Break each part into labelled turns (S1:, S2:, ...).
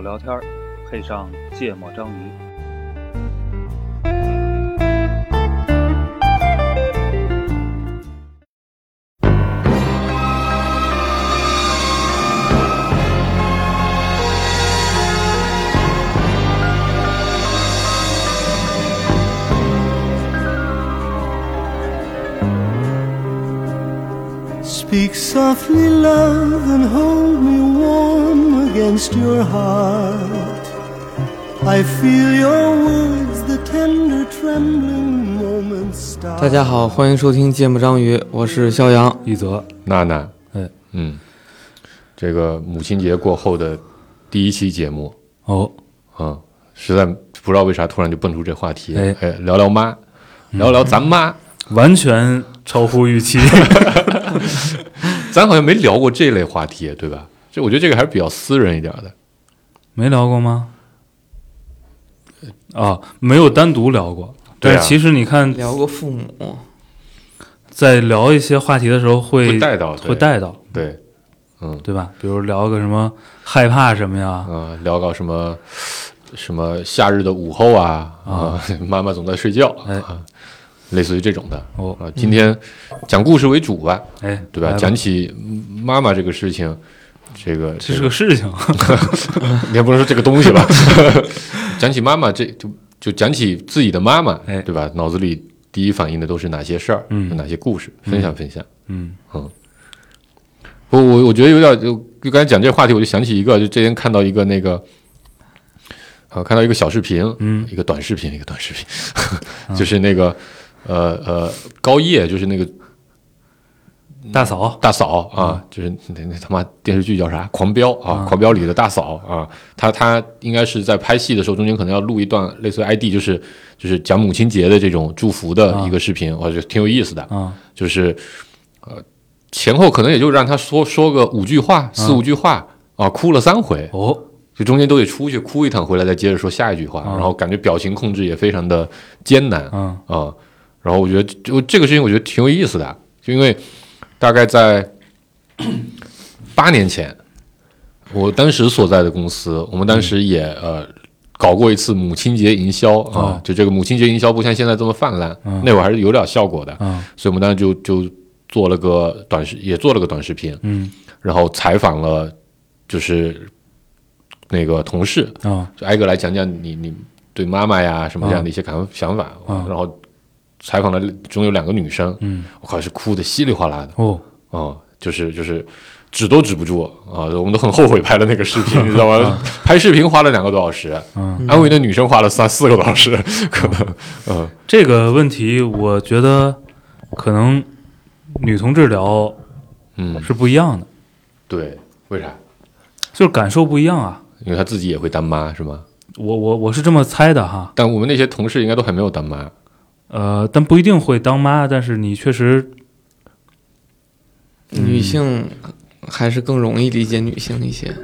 S1: 聊天，配上芥末章鱼。
S2: Speak softly, love, and hold me warm against your heart. I feel your words, the tender trembling moments start.
S3: 大家好，欢迎收听《芥末章鱼》，我是肖阳。
S4: 一泽，
S5: 娜娜，
S4: 哎，
S5: 嗯，这个母亲节过后的第一期节目
S4: 哦，
S5: 啊、实在不知道为啥突然就蹦出这话题，
S4: 哎嗯
S5: 哎，聊聊妈，聊聊咱妈，
S4: 完全超乎预 期。
S5: 咱好像没聊过这类话题，对吧？这我觉得这个还是比较私人一点的，
S4: 没聊过吗？啊，没有单独聊过。
S5: 对啊
S4: 但其实你看，
S3: 聊过父母，
S4: 在聊一些话题的时候会，
S5: 会带到对
S4: 会带到，
S5: 对，嗯
S4: 对吧？比如聊个什么害怕什么呀，
S5: 啊、聊个什么什么夏日的午后啊啊、 妈妈总在睡觉啊、
S4: 哎
S5: 类似于这种的啊、
S4: 哦
S5: 今天讲故事为主吧，
S4: 哎，
S5: 对吧？
S4: 来
S5: 讲起妈妈这个事情，这个
S4: 这是个事 情，
S5: 你也不能说这个东 西吧。讲起妈妈，这就就讲起自己的妈妈，
S4: 哎
S5: 对吧？脑子里第一反应的都是哪些事儿，
S4: 嗯
S5: 有哪些故事，分享分享。
S4: 嗯，
S5: 我我我觉得有点就就刚才讲这个话题，我就想起一个，就之前看到一个那个，呃，看到一个小视频，
S4: 嗯
S5: 一个短视频，一个短视频， 就是那个呃呃高叶，就是那个
S4: 大嫂，
S5: 大嫂啊，就是那那他妈电视剧叫啥《狂飙》啊，狂飙》里的大嫂啊，她她应该是在拍戏的时候，中间可能要录一段类似于 ID，就是就是讲母亲节的这种祝福的一个视频，我觉得挺有意思的，
S4: 啊
S5: 就是呃前后可能也就让她说说个五句话、四五句话啊，哭了三回，
S4: 哦，
S5: 就中间都得出去哭一趟，回来再接着说下一句话，然后感觉表情控制也非常的艰难，
S4: 嗯
S5: 啊、然后我觉得就这个事情，我觉得挺有意思的，就因为大概在八年前，我当时所在的公司，我们当时也、呃搞过一次母亲节营销啊、
S4: 嗯哦
S5: 就这个母亲节营销不像现在这么泛滥，
S4: 嗯
S5: 那会儿还是有点效果的，
S4: 嗯
S5: 所以我们当时就就做了个短视，也做了个短视频，
S4: 嗯
S5: 然后采访了就是那个同事，
S4: 啊
S5: 就挨个来讲讲你你对妈妈呀什么这样的一些感想法，
S4: 嗯
S5: 然后采访了总有两个女生，
S4: 嗯，
S5: 我靠是哭的稀里哗啦的
S4: 哦，
S5: 啊、就是就是止都止不住啊、我们都很后悔拍了那个视 频，你知道吗？拍视频花了两个多小时，
S4: 嗯
S5: 安徽的女生花了三四个多小时， 可能，嗯
S4: 这个问题我觉得可能女同志聊
S5: 嗯，
S4: 是不一样的，
S5: 对，为啥？
S4: 就是感受不一样啊。
S5: 因为她自己也会当妈是吗？
S4: 我我我是这么猜的哈，
S5: 但我们那些同事应该都还没有当妈，
S4: 呃，但不一定会当妈，但是你确实
S3: 女性还是更容易理解女性一些。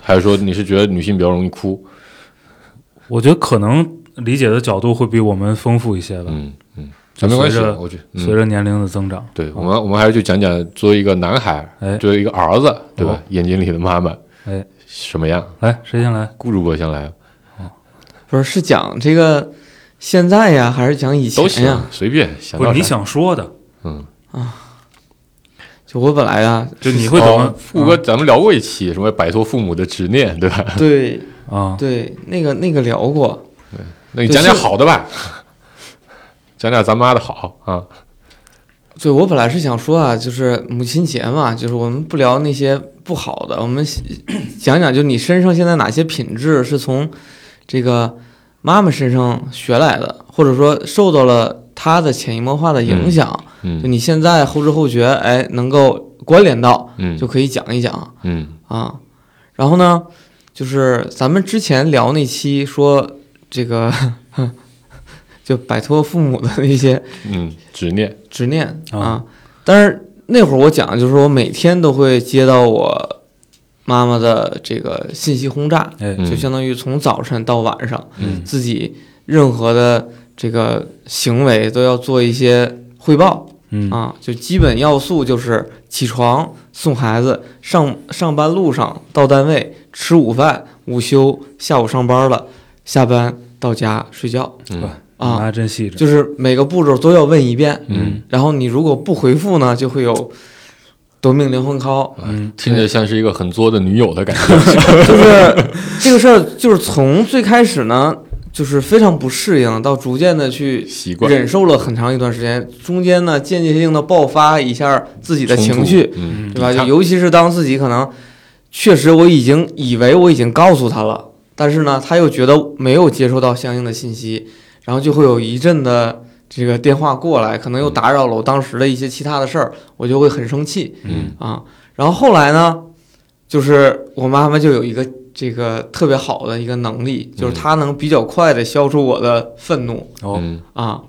S5: 还是说你是觉得女性比较容易哭？
S4: 我觉得可能理解的角度会比我们丰富一些吧。
S5: 嗯嗯，
S4: 就
S5: 没关系，
S4: 随着
S5: 我觉得、嗯、
S4: 随着年龄的增长，
S5: 对我们，我们还是就讲讲作为一个男孩，
S4: 哎
S5: 作为一个儿子，对吧？
S4: 哦
S5: 眼睛里的妈妈
S4: 哎，
S5: 什么样？
S4: 来，谁先来？
S5: 顾主播先来，
S3: 不是，是讲这个现在呀，还是讲以
S5: 都
S3: 前
S5: 行啊
S3: 呀，？
S5: 随便想
S4: 不
S5: 到
S4: 是
S5: 啥
S4: 你，想说的，
S5: 嗯，
S3: 就我本来啊，
S4: 就你会怎么嗯
S5: 哦顾哥，咱们聊过一期什么摆脱父母的执念，对吧？
S3: 对
S4: 啊？
S3: 对，那个那个聊过，
S5: 那你讲讲
S3: 就是
S5: 好的吧，讲讲咱妈的好啊，
S3: 对我本来是想说啊，就是母亲节嘛，就是我们不聊那些不好的，我们 讲讲就你身上现在哪些品质是从这个妈妈身上学来的，或者说受到了她的潜移默化的影响，就
S5: 嗯
S3: 你现在后知后觉，哎，能够关联到，
S5: 嗯
S3: 就可以讲一讲
S5: 嗯
S3: 啊。然后呢，就是咱们之前聊那期说这个 就摆脱父母的那些
S5: 嗯，执念，
S3: 执念
S5: 哦
S4: 啊
S3: 啊。但是那会儿我讲，就是我每天都会接到我妈妈的这个信息轰炸，
S4: 哎，
S5: 嗯
S3: 就相当于从早晨到晚上，
S4: 嗯
S3: 自己任何的这个行为都要做一些汇报
S4: 嗯
S3: 啊，就基本要素就是起床、送孩子、上上班路上到单位吃午饭、午休、下午上班了，下班到家睡觉
S5: 嗯
S4: 哇你
S3: 啊，
S4: 妈真细致，
S3: 就是每个步骤都要问一遍。
S5: 嗯，
S3: 然后你如果不回复呢，就会有夺命灵魂拷，
S4: 嗯
S5: 哎听着像是一个很作的女友的感
S3: 就
S5: 觉。
S3: 是这个事儿，就是从最开始呢，就是非常不适应，到逐渐的去
S5: 习惯
S3: 忍受了很长一段时间，中间呢间歇性的爆发一下自己的
S5: 冲
S3: 情
S5: 突
S3: 绪，，
S5: 嗯，
S3: 对吧？就
S5: 抵抗
S3: 尤其是当自己可能确实我已经以为我已经告诉他了，但是呢，他又觉得没有接收到相应的信息，然后就会有一阵的这个电话过来，可能又打扰了我当时的一些其他的事儿，我就会很生气
S5: 嗯
S3: 啊。然后后来呢，就是我妈妈就有一个这个特别好的一个能力，就是
S5: 嗯
S3: 她能比较快的消除我的愤怒
S4: 哦，
S5: 嗯，
S3: 啊。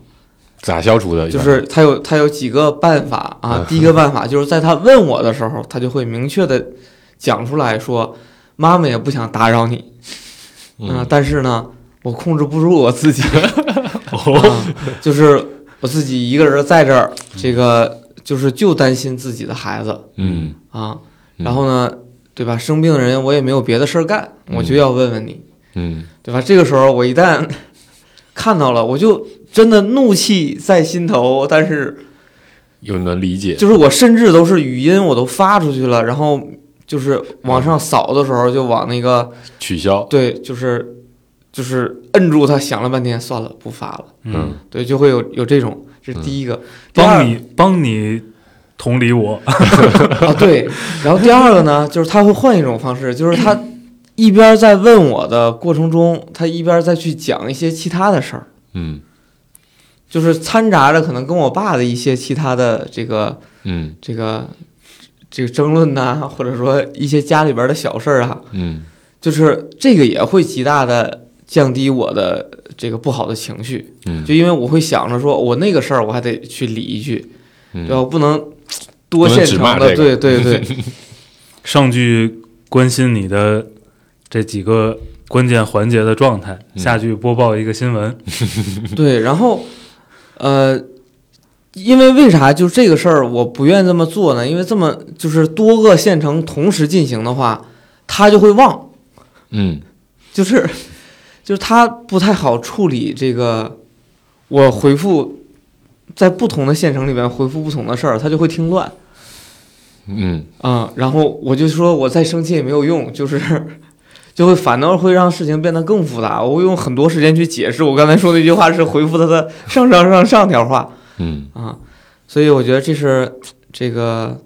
S5: 咋消除的？
S3: 就是他有他有几个办法啊
S5: 嗯。
S3: 第一个办法就是在他问我的时候，他就会明确的讲出来说：“妈妈也不想打扰你，啊
S5: 嗯，
S3: 但是呢，我控制不住我自己，
S5: 哦
S3: 啊就是我自己一个人在这儿，这个就是就担心自己的孩子
S5: 嗯，
S3: 啊。
S5: 嗯
S3: 然后呢，对吧？生病的人我也没有别的事儿干，我就要问问你，
S5: 嗯
S3: 对吧？这个时候我一旦 看到了，我就真的怒气在心头，但是。
S5: 又能理解，
S3: 就是我甚至都是语音我都发出去了，然后就是往上扫的时候就往那个
S5: 取消，
S3: 对，就是就是摁住它，想了半天，算了，不发了。
S4: 嗯，
S3: 对，就会有有这种，这是第一个。第二
S4: 帮你帮你同理我，
S3: 啊， 对。然后第二个呢，就是他会换一种方式，就是他一边在问我的过程中，他一边再去讲一些其他的事儿，
S5: 嗯
S3: 就是掺杂着可能跟我爸的一些其他的这个
S5: 嗯
S3: 这个这个争论呐、或者说一些家里边的小事儿啊。
S5: 嗯
S3: 就是这个也会极大的降低我的这个不好的情绪，
S5: 嗯，
S3: 就因为我会想着说，我那个事儿我还得去理一句，
S5: 嗯
S3: 对吧？我不能多
S5: 不能
S3: 现
S5: 只
S3: 成
S5: 骂
S3: 的，对
S5: 这
S3: 对 对
S4: 上句关心你的这几个关键环节的状态，
S5: 嗯
S4: 下句播报一个新闻。
S3: 对。然后，呃，因为为啥就这个事儿我不愿这么做呢？因为这么就是多个县城同时进行的话，他就会忘，
S5: 嗯
S3: 就是 就是他不太好处理这个，我回复在不同的县城里边回复不同的事儿，他就会听乱
S5: 嗯
S3: 啊、然后我就说我再生气也没有用，就是 就会反倒会让事情变得更复杂。我会用很多时间去解释我刚才说那句话是回复他的上上上上条话
S5: 嗯
S3: 啊、所以我觉得这是这个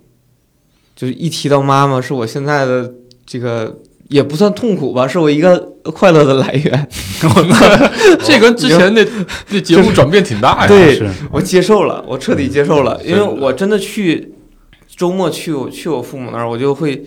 S3: 就是一提到妈妈是我现在的这个。也不算痛苦吧，是我一个快乐的来源。
S5: 这跟之前那那节目转变挺大哎呀，
S3: 哦对
S4: 是
S3: 我接受了，我彻底接受了，
S5: 嗯
S3: 因为
S5: 真的
S3: 我真的去周末去我去我父母那儿，我就会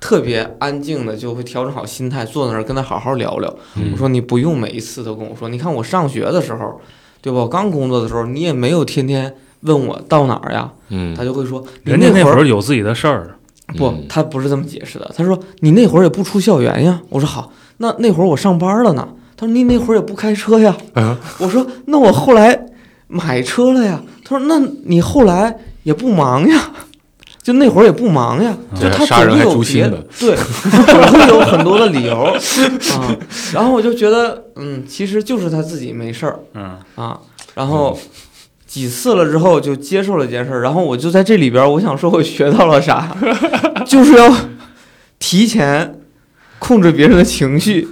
S3: 特别安静的，就会调整好心态，坐那儿跟他好好聊聊。
S5: 嗯
S3: 我说你不用每一次都跟我说，你看我上学的时候，对吧？我刚工作的时候，你也没有天天问我到哪儿呀。
S5: 嗯
S3: 他就会说，你
S4: 人家
S3: 那会
S4: 那会
S3: 儿
S4: 儿有自己的事儿，
S3: 不
S5: 嗯，
S3: 他不是这么解释的。他说你那会儿也不出校园呀。我说好，那那会儿我上班了呢。他说你那会儿也不开车呀。
S5: 啊
S3: 我说那我后来买车了呀。他说那你后来也不忙呀，就那会儿也不忙呀。就
S5: 对
S3: 他
S5: 嗯杀人
S3: 总
S5: 还
S3: 有
S5: 诛
S3: 别
S5: 心
S3: 的
S5: 的，
S3: 对， 总会有很多的理由啊。然后我就觉得，嗯，其实就是他自己没事儿
S4: 嗯，
S3: 啊。然后几次了之后就接受了这件事儿，然后我就在这里边儿，我想说我学到了啥， 就是要提前控制别人的情绪，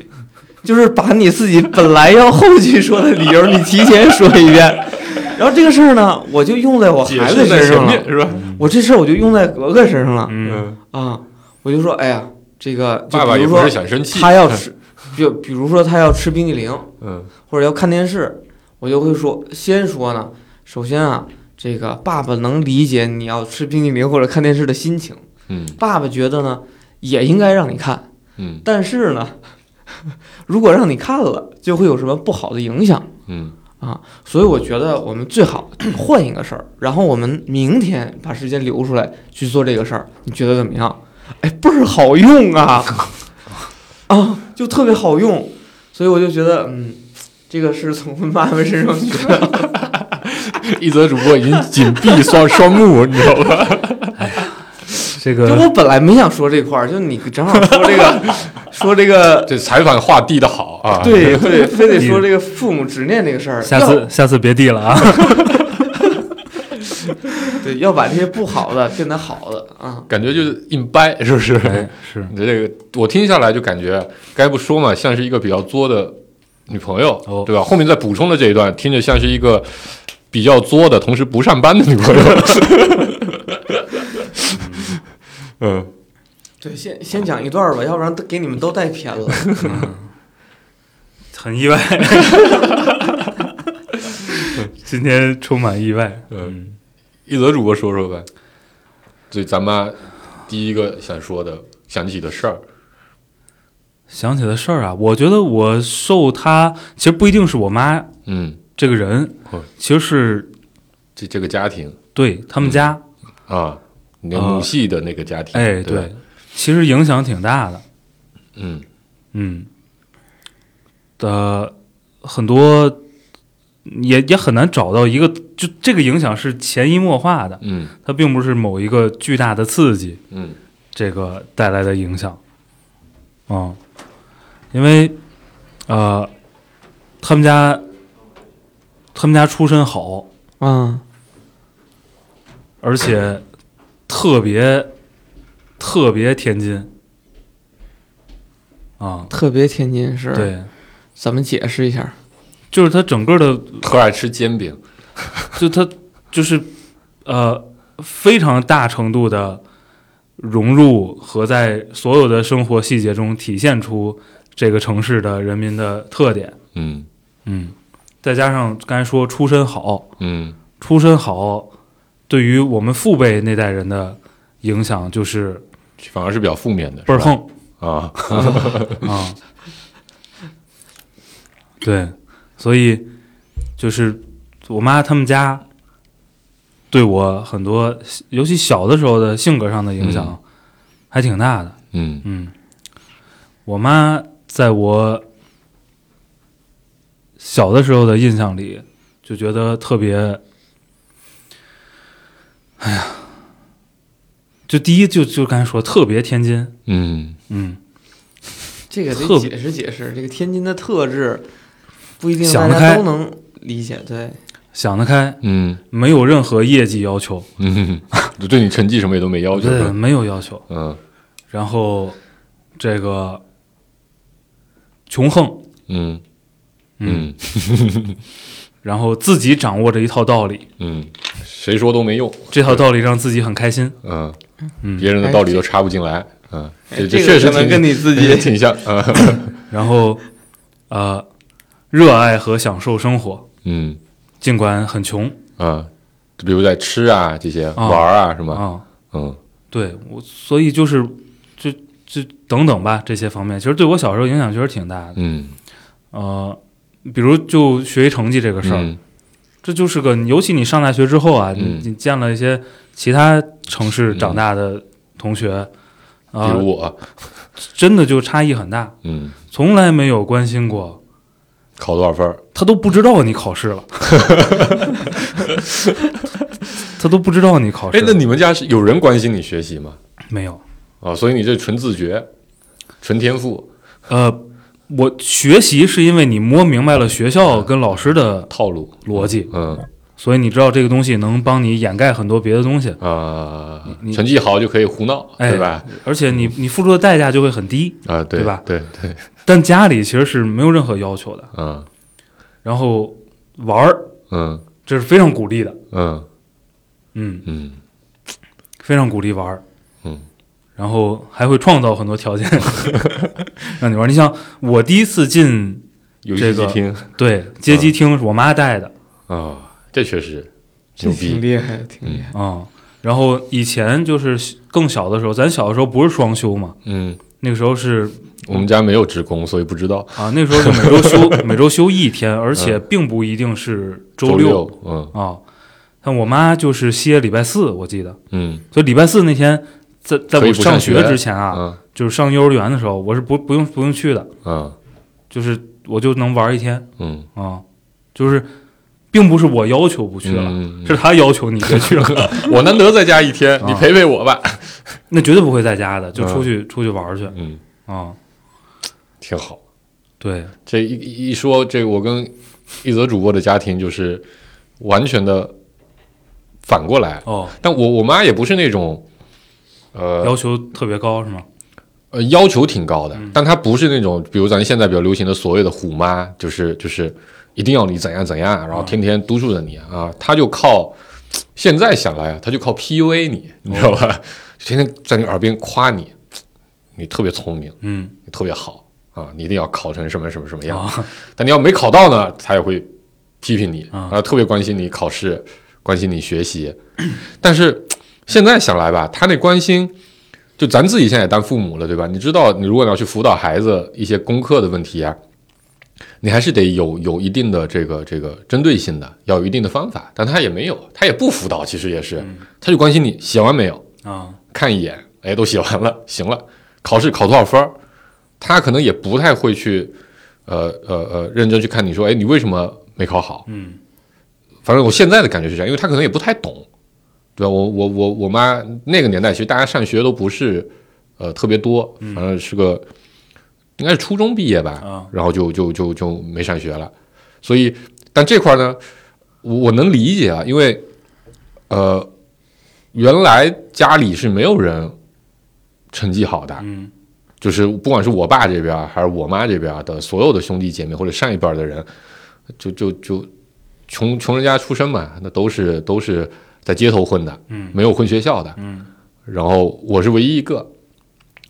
S3: 就是把你自己本来要后去说的理由，你提前说一遍。然后这个事儿呢，我就用在我
S5: 解
S3: 孩子
S5: 释在
S3: 身
S5: 前
S3: 上了
S5: 面，是吧？
S3: 我这事儿我就用在格格身上了
S4: 嗯，
S3: 啊。我就说，哎呀，这个就
S5: 爸爸
S3: 比
S5: 也
S3: 如
S5: 不是
S3: 说
S5: 想生气，
S3: 他要吃，就比如说他要吃冰激凌，
S5: 嗯
S3: 或者要看电视，我就会说，先说呢，首先啊，这个爸爸能理解你要吃冰激凌或者看电视的心情，
S5: 嗯
S3: 爸爸觉得呢也应该让你看，
S5: 嗯
S3: 但是呢， 如果让你看了，就会有什么不好的影响，
S5: 嗯
S3: 所以我觉得我们最好 换一个事儿，然后我们明天把时间留出来去做这个事儿，你觉得怎么样？哎，倍儿好用啊，啊，就特别好用，所以我就觉得，嗯，这个是从妈妈身上学的。
S5: 一则主播已经紧闭双双目，你知道吧？
S4: 这
S3: 就
S4: 个
S3: 我本来没想说这块儿，就你正好说这个，说这个，
S5: 这采访话递的好啊！，
S3: 对对，非得说这个父母执念这个事儿。
S4: 下次下次别递了啊！
S3: 要对要把这些不好的变得好的啊，
S5: 感觉就是硬掰，是不是？
S4: 哎，是
S5: 你 这个我听下来就感觉，该不说嘛，像是一个比较作的女朋友，
S4: 哦
S5: 对吧？后面再补充的这一段，听着像是一个比较作的，同时不上班的女朋 友。嗯，
S3: 对，先先讲一段儿吧，要不然都给你们都带偏了。
S4: 很意外， 今天充满意外。
S5: 嗯，一则主播说说呗，这咱妈第一个想说的、想起的事儿，
S4: 想起的事儿啊，我觉得我受他其实不一定是我妈
S5: 嗯，
S4: 这个人
S5: 哦，
S4: 其实是
S5: 这这个家庭
S4: 对他们家，
S5: 啊，你的
S4: 啊
S5: 母系的那个家庭，
S4: 哎，
S5: 嗯对吧
S4: 对，，其实影响挺大的。
S5: 嗯
S4: 嗯，的很多也也很难找到一个，就这个影响是潜移默化的，
S5: 嗯
S4: 它并不是某一个巨大的刺激
S5: 嗯
S4: 这个带来的影响。嗯，因为呃，他们家他们家出身好，
S3: 啊，
S4: 而且特别特别天津啊，
S3: 特别天津是，
S4: 对，
S3: 怎么解释一下？
S4: 就是他整个的
S5: 特爱吃煎饼，
S4: 就他就是呃非常大程度的融入和在所有的生活细节中体现出这个城市的人民的特点。
S5: 嗯
S4: 嗯，再加上刚才说出身好，
S5: 嗯。
S4: 出身好对于我们父辈那代人的影响就是
S5: 反而是比较负面的，
S4: 倍儿
S5: 是吧
S4: 横
S5: 啊，
S4: 啊。对，所以就是我妈他们家对我很多，尤其小的时候的性格上的影响
S5: 嗯
S4: 还挺大的。
S5: 嗯
S4: 嗯，我妈在我小的时候的印象里，就觉得特别，哎呀，就第一就就刚才说特别天津，
S5: 嗯
S4: 嗯，
S3: 这个得
S4: 特
S3: 解释解释，这个天津的特质不一定
S4: 想
S3: 大
S4: 得
S3: 家
S4: 开
S3: 都能理解。对，
S4: 想得开，
S5: 嗯
S4: 没有任何业绩要求，
S5: 嗯，就对你成绩什么也都没要求，是
S4: 对，
S5: 吧
S4: 没有要求。
S5: 嗯
S4: 然后这个穷横，
S5: 嗯嗯
S4: 然后自己掌握着一套道理，
S5: 嗯，谁说都没用，
S4: 这套道理让自己很开心。
S5: 嗯
S4: 嗯，
S5: 别人的道理都插不进来，嗯，
S3: 哎
S5: 这
S3: 个
S5: 确实
S3: 可能
S5: 挺
S3: 跟你自己
S5: 挺像，
S4: 然后呃，热爱和享受生活，
S5: 嗯
S4: 尽管很穷
S5: 啊，就比如在吃啊这些玩儿啊什么，
S4: 啊，
S5: 嗯
S4: 对我，所以就是就就等等吧，这些方面其实对我小时候影响确实挺大的。
S5: 嗯
S4: 呃，比如就学习成绩这个事儿，
S5: 嗯
S4: 这就是个，尤其你上大学之后啊，
S5: 嗯
S4: 你你见了一些其他城市长大的同学，啊、
S5: 比如我，
S4: 真的就差异很大，
S5: 嗯，
S4: 从来没有关心过，
S5: 考多少分儿？
S4: 他都不知道你考试 了，他都不知道你考试
S5: 哎，那
S4: 了，
S5: 你们家是有人关心你学习吗？
S4: 没有，
S5: 啊，所以你这纯自觉，纯天赋
S4: 呃，我学习是因为你摸明白了学校跟老师的
S5: 套路，
S4: 逻辑，
S5: 嗯。
S4: 所以你知道这个东西能帮你掩盖很多别的东西，
S5: 啊、
S4: 你
S5: 成绩好就可以胡闹，
S4: 哎
S5: 对吧？
S4: 而且
S5: 嗯
S4: 你你付出的代价就会很低，
S5: 啊，对
S4: 对吧
S5: 对对，
S4: 但家里其实是没有任何要求的。
S5: 啊，
S4: 然后玩儿，
S5: 嗯
S4: 这是非常鼓励的，
S5: 嗯
S4: 嗯，
S5: 嗯
S4: 非常鼓励玩儿，
S5: 嗯，
S4: 然后还会创造很多条件 让你玩儿。你像我第一次进
S5: 游
S4: 这
S5: 戏机
S4: 个
S5: 厅
S4: 对街机厅是我妈带的
S5: 啊，这确实
S3: 这
S5: 牛
S3: 挺
S5: 逼，
S3: 厉害，挺厉害。
S4: 啊、嗯然后以前就是更小的时候，咱小的时候不是双休嘛，
S5: 嗯，
S4: 那个时候是
S5: 我们家没有职工，所以不知道
S4: 啊，那时候就每周 休每周休一天，而且并不一定是周
S5: 嗯六，嗯
S4: 啊。但我妈就是歇礼拜四，我记得，
S5: 嗯
S4: 所以礼拜四那天在在
S5: 可以
S4: 我
S5: 不上
S4: 学
S5: 学
S4: 之前啊，
S5: 啊
S4: 就是上幼儿园的时候，我是不不用不用去的，
S5: 啊
S4: 就是我就能玩一天
S5: 嗯
S4: 啊、就是并不是我要求不去了，
S5: 嗯嗯嗯啊
S4: 是他要求你别去了，
S5: 我难得在家一天，你陪陪我吧。
S4: 那绝对不会在家的，就
S5: 嗯
S4: 出去、出去玩儿去啊、
S5: 嗯，挺好。
S4: 对，
S5: 这一一一说，这我跟一则主播的家庭就是完全的反过来。
S4: 哦，
S5: 但我我妈也不是那种，呃
S4: 要求特别高是吗？
S5: 呃要求挺高的，但她不是那种，比如咱现在比较流行的所谓的“虎妈”，就是就是一定要你怎样怎样，然后天天督促着你啊。她就靠现在想来啊，她就靠 PUA 你，你知道吧？天天在你耳边夸你，你特别聪明，
S4: 嗯，
S5: 你特别好啊，你一定要考成什么什么什么样。
S4: 啊，
S5: 但你要没考到呢，他也会批评你
S4: 啊
S5: 啊，特别关心你考试，关心你学习。 但是现在想来吧，他那关心，就咱自己现在也当父母了，对吧？你知道，你如果要去辅导孩子一些功课的问题啊，你还是得有有一定的这个这个针对性的，要有一定的方法。但他也没有，他也不辅导，其实也是，
S4: 嗯
S5: 他就关心你写完没有，
S4: 啊，
S5: 看一眼，哎，都写完了， 行了，考试考多少分儿？他可能也不太会去，呃呃呃，认真去看你说，哎，你为什么没考好？
S4: 嗯，
S5: 反正我现在的感觉是这样，因为他可能也不太懂，对吧？我我我我妈那个年代，其实大家上学都不是呃特别多，反正是个应该是初中毕业吧，
S4: 嗯啊
S5: 然后就就就就没上学了。所以，但这块儿呢，我我能理解啊，因为呃，原来家里是没有人成绩好的，
S4: 嗯，
S5: 就是不管是我爸这边儿还是我妈这边儿的所有的兄弟姐妹或者上一辈儿的人，就就就穷穷人家出身嘛，那都是都是在街头混的，
S4: 嗯
S5: 没有混学校的，
S4: 嗯，
S5: 然后我是唯一一个，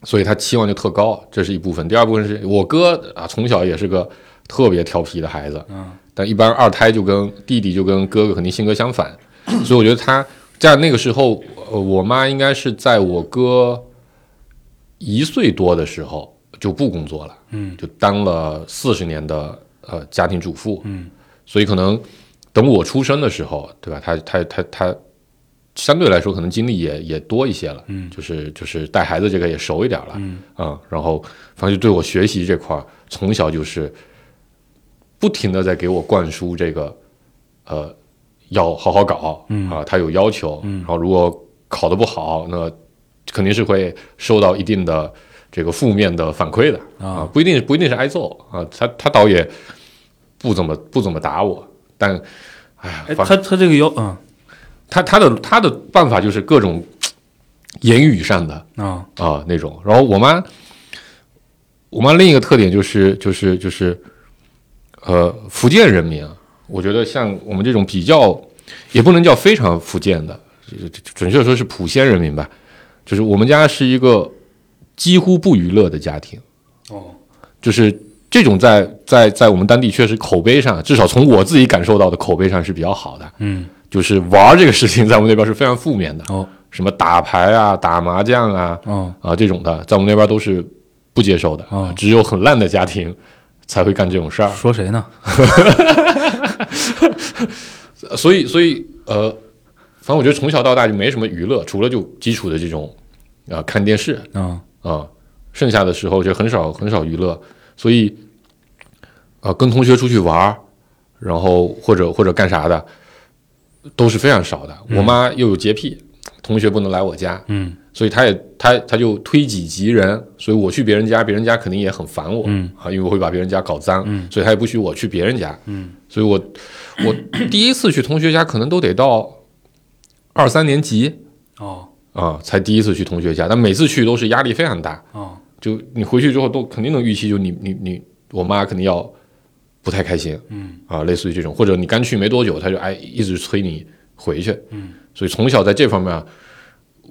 S5: 所以他期望就特高，这是一部分。第二部分是我哥啊，从小也是个特别调皮的孩子，
S4: 嗯，
S5: 但一般二胎就跟弟弟就跟哥哥肯定性格相反，所以我觉得他在那个时候，呃，我妈应该是在我哥一岁多的时候就不工作了，
S4: 嗯，
S5: 就当了四十年的呃家庭主妇，
S4: 嗯，
S5: 所以可能等我出生的时候，对吧？他他他他相对来说可能精力也也多一些了，
S4: 嗯
S5: 就是就是带孩子这个也熟一点了，
S4: 嗯
S5: 啊，然后反正就对我学习这块儿，从小就是不停的在给我灌输这个，呃，要好好搞，
S4: 嗯
S5: 啊，他有要求，
S4: 嗯
S5: 然后如果考得不好，那肯定是会受到一定的这个负面的反馈的
S4: 啊
S5: 不一定不一定是挨揍啊，他他倒也不怎么不怎么打我，但哎呀
S4: 哎，，
S5: 反
S4: 他他这个要，嗯
S5: 他他的他的办法就是各种言语上的
S4: 啊
S5: 啊那种。然后我妈，我妈另一个特点就是就是就是，呃，福建人民啊，我觉得像我们这种比较，也不能叫非常福建的，这这准确说是莆仙人民吧，就是我们家是一个几乎不娱乐的家庭，
S4: 哦，
S5: 就是。这种在在在我们当地确实口碑上，至少从我自己感受到的口碑上是比较好的。
S4: 嗯
S5: 就是玩儿这个事情在我们那边是非常负面的，
S4: 哦
S5: 什么打牌啊、打麻将啊
S4: 哦
S5: 啊这种的，在我们那边都是不接受的，
S4: 哦
S5: 只有很烂的家庭才会干这种事儿。
S4: 说谁呢？
S5: 所以，所以呃，反正我觉得从小到大就没什么娱乐，除了就基础的这种啊、看电视
S4: 啊
S5: 啊、剩下的时候就很少很少娱乐，所以啊、跟同学出去玩儿，然后或者或者干啥的都是非常少的。我妈又有洁癖，同学不能来我家，
S4: 嗯
S5: 所以他也他他就推己及人，所以我去别人家，别人家肯定也很烦我，
S4: 嗯
S5: 啊，因为我会把别人家搞脏，
S4: 嗯
S5: 所以他也不许我去别人家，
S4: 嗯，
S5: 所以我我第一次去同学家可能都得到二三年级
S4: 哦
S5: 啊，才第一次去同学家，但每次去都是压力非常大，
S4: 哦
S5: 就你回去之后都肯定能预期，就你你你我妈肯定要不太开心，
S4: 嗯
S5: 啊，类似于这种，或者你刚去没多久，他就哎一直催你回去，
S4: 嗯，
S5: 所以从小在这方面啊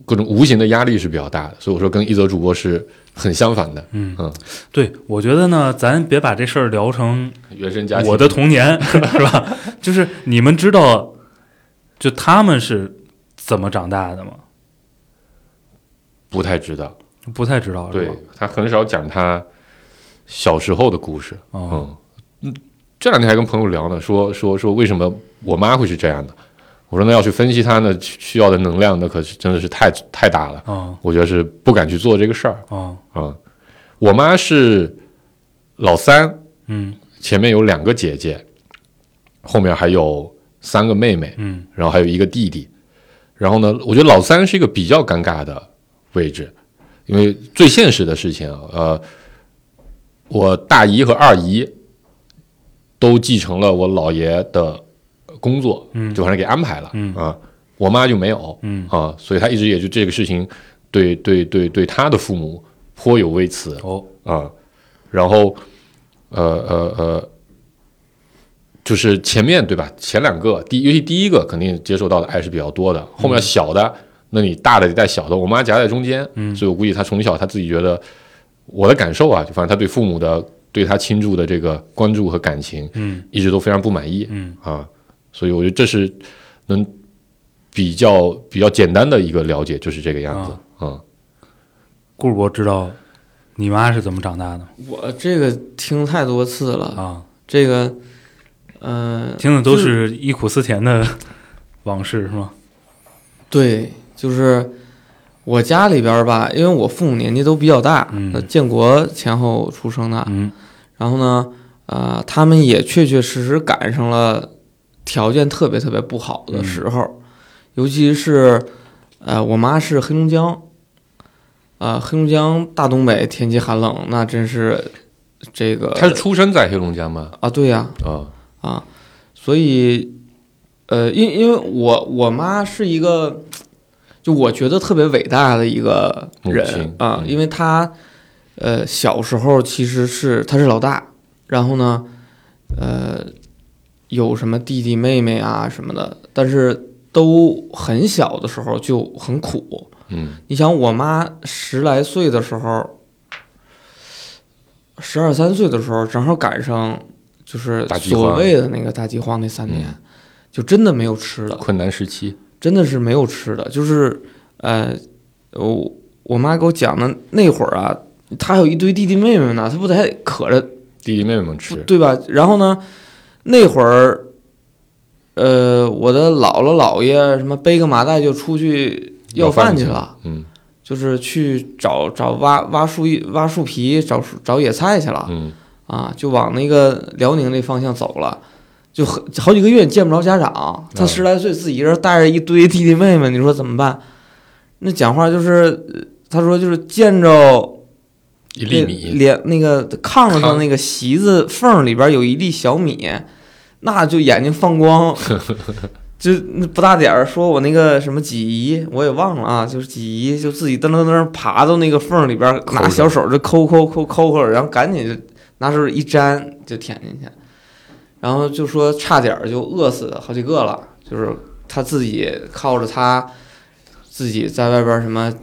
S5: 各种无形的压力是比较大的，所以我说跟一则主播是很相反的，
S4: 嗯
S5: 嗯，
S4: 对，我觉得呢，咱别把这事儿聊成
S5: 原生家庭，
S4: 我的童年 是吧？就是你们知道，就他们是怎么长大的吗？
S5: 不太知道，
S4: 不太知道，是
S5: 对
S4: 吧？
S5: 他很少讲他小时候的故事，
S4: 哦
S5: 嗯，这两天还跟朋友聊呢，说说说为什么我妈会是这样的，我说那要去分析她呢需需要的能量，那可是真的是太太大了，
S4: 哦
S5: 我觉得是不敢去做这个事儿。
S4: 哦，
S5: 啊、我妈是老三，
S4: 嗯
S5: 前面有两个姐姐，后面还有三个妹妹，
S4: 嗯
S5: 然后还有一个弟弟。然后呢，我觉得老三是一个比较尴尬的位置，因为最现实的事情啊，呃，我大姨和二姨都继承了我姥爷的工作，
S4: 嗯
S5: 就反正给安排了，
S4: 嗯
S5: 啊，我妈就没有，
S4: 嗯
S5: 啊，所以她一直也就这个事情对对对对她的父母颇有微词，
S4: 哦，
S5: 啊，然后呃呃呃，就是前面对吧？前两个，第尤其第一个肯定接受到的爱是比较多的，后面小的，那你大的得带小的，我妈夹在中间，
S4: 嗯
S5: 所以我估计她从小她自己觉得，我的感受啊，就反正她对父母的对她倾注的这个关注和感情，
S4: 嗯
S5: 一直都非常不满意
S4: 嗯
S5: 啊，所以我觉得这是能比较比较简单的一个了解，就是这个样子，嗯，
S4: 啊顾博知道你妈是怎么长大的吗
S3: 我这个听太多次了，
S4: 啊？
S3: 这个，嗯、
S4: 听的都是忆苦思甜的往事是吗？
S3: 对，就是我家里边儿吧，因为我父母年纪都比较大，
S4: 嗯
S3: 呃建国前后出生的，
S4: 嗯
S3: 然后呢，呃，他们也确确实实赶上了条件特别特别不好的时候，尤其是呃，我妈是黑龙江，啊、黑龙江大东北天气寒冷，那真是这个
S5: 她是出生在黑龙江吗？
S3: 啊，对呀、
S4: 呃
S5: 啊，
S3: 啊，所以，呃，因因为我我妈是一个，就我觉得特别伟大的一个
S5: 母
S3: 人
S5: 亲
S3: 啊，
S5: 嗯
S3: 因为她，呃，小时候其实是她是老大，然后呢，呃，有什么弟弟妹妹啊什么的，但是都很小的时候就很苦。
S5: 嗯。
S3: 你想，我妈十来岁的时候。十二三岁的时候，正好赶上就是
S5: 大饥
S3: 所
S5: 荒
S3: 谓的那个大饥荒那三年，就真的没有吃的，
S5: 困难时期，
S3: 真的是没有吃的。就是呃，我我妈给我讲的那会儿啊，她有一堆弟弟妹妹呢，她不得还渴着
S5: 弟弟妹妹们吃，
S3: 对吧？然后呢，那会儿，呃，我的姥姥姥爷什么背个麻袋就出去要饭去了。
S5: 嗯
S3: 就是去找找挖挖树叶、挖树皮、找树找野菜去了。
S5: 嗯
S3: 啊，就往那个辽宁那方向走了，就很好几个月见不着家长，他
S5: 嗯
S3: 十来岁自己一人带着一堆弟弟妹妹，你说怎么办？那讲话就是，呃他说就是见着
S5: 一
S3: 那
S5: 粒米，
S3: 连那个炕上的
S5: 炕
S3: 那个席子缝里边有一粒小米，那就眼睛放 光，就那不大点儿，说我那个什么几姨，我也忘了啊，就是几姨就自己噔噔噔爬到那个缝里边儿，拿
S5: 抠
S3: 小手就抠抠抠抠抠，然后赶紧就拿手一粘就舔进去，然后就说差点儿就饿死好几个了，就是他自己靠着他自己在外边儿什么。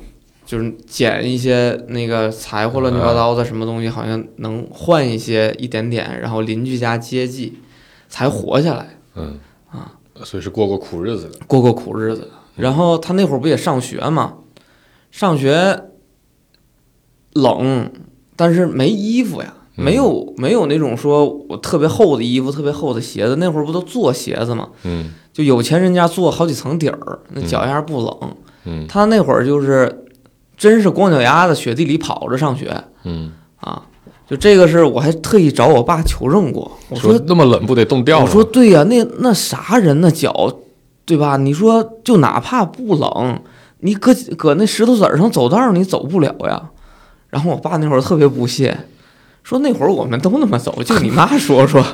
S3: 就是捡一些那个柴火乱七八糟的什么东西，好像能换一些一点点，然后邻居家接济，才活下来，
S5: 嗯啊，所以是过过苦日子的，
S3: 过过苦日子。然后他那会儿不也上学嘛，上学冷，但是没衣服呀，
S5: 嗯
S3: 没有没有那种说我特别厚的衣服、特别厚的鞋子。那会儿不都做鞋子嘛，
S5: 嗯
S3: 就有钱人家做好几层底儿，那
S5: 嗯
S3: 脚丫不冷。
S5: 嗯
S3: 他那会儿就是真是光脚丫子雪地里跑着上学
S5: 嗯，
S3: 啊。就这个事儿，我还特意找我爸求证过。我说
S5: 说那么冷不得冻掉了
S3: 我
S5: 吗？
S3: 说对呀、那那啥人那脚，对吧？你说就哪怕不冷，你搁搁那石头子儿上走道儿你走不了呀。然后我爸那会儿特别不屑，说那会儿我们都那么走，就你妈说 说，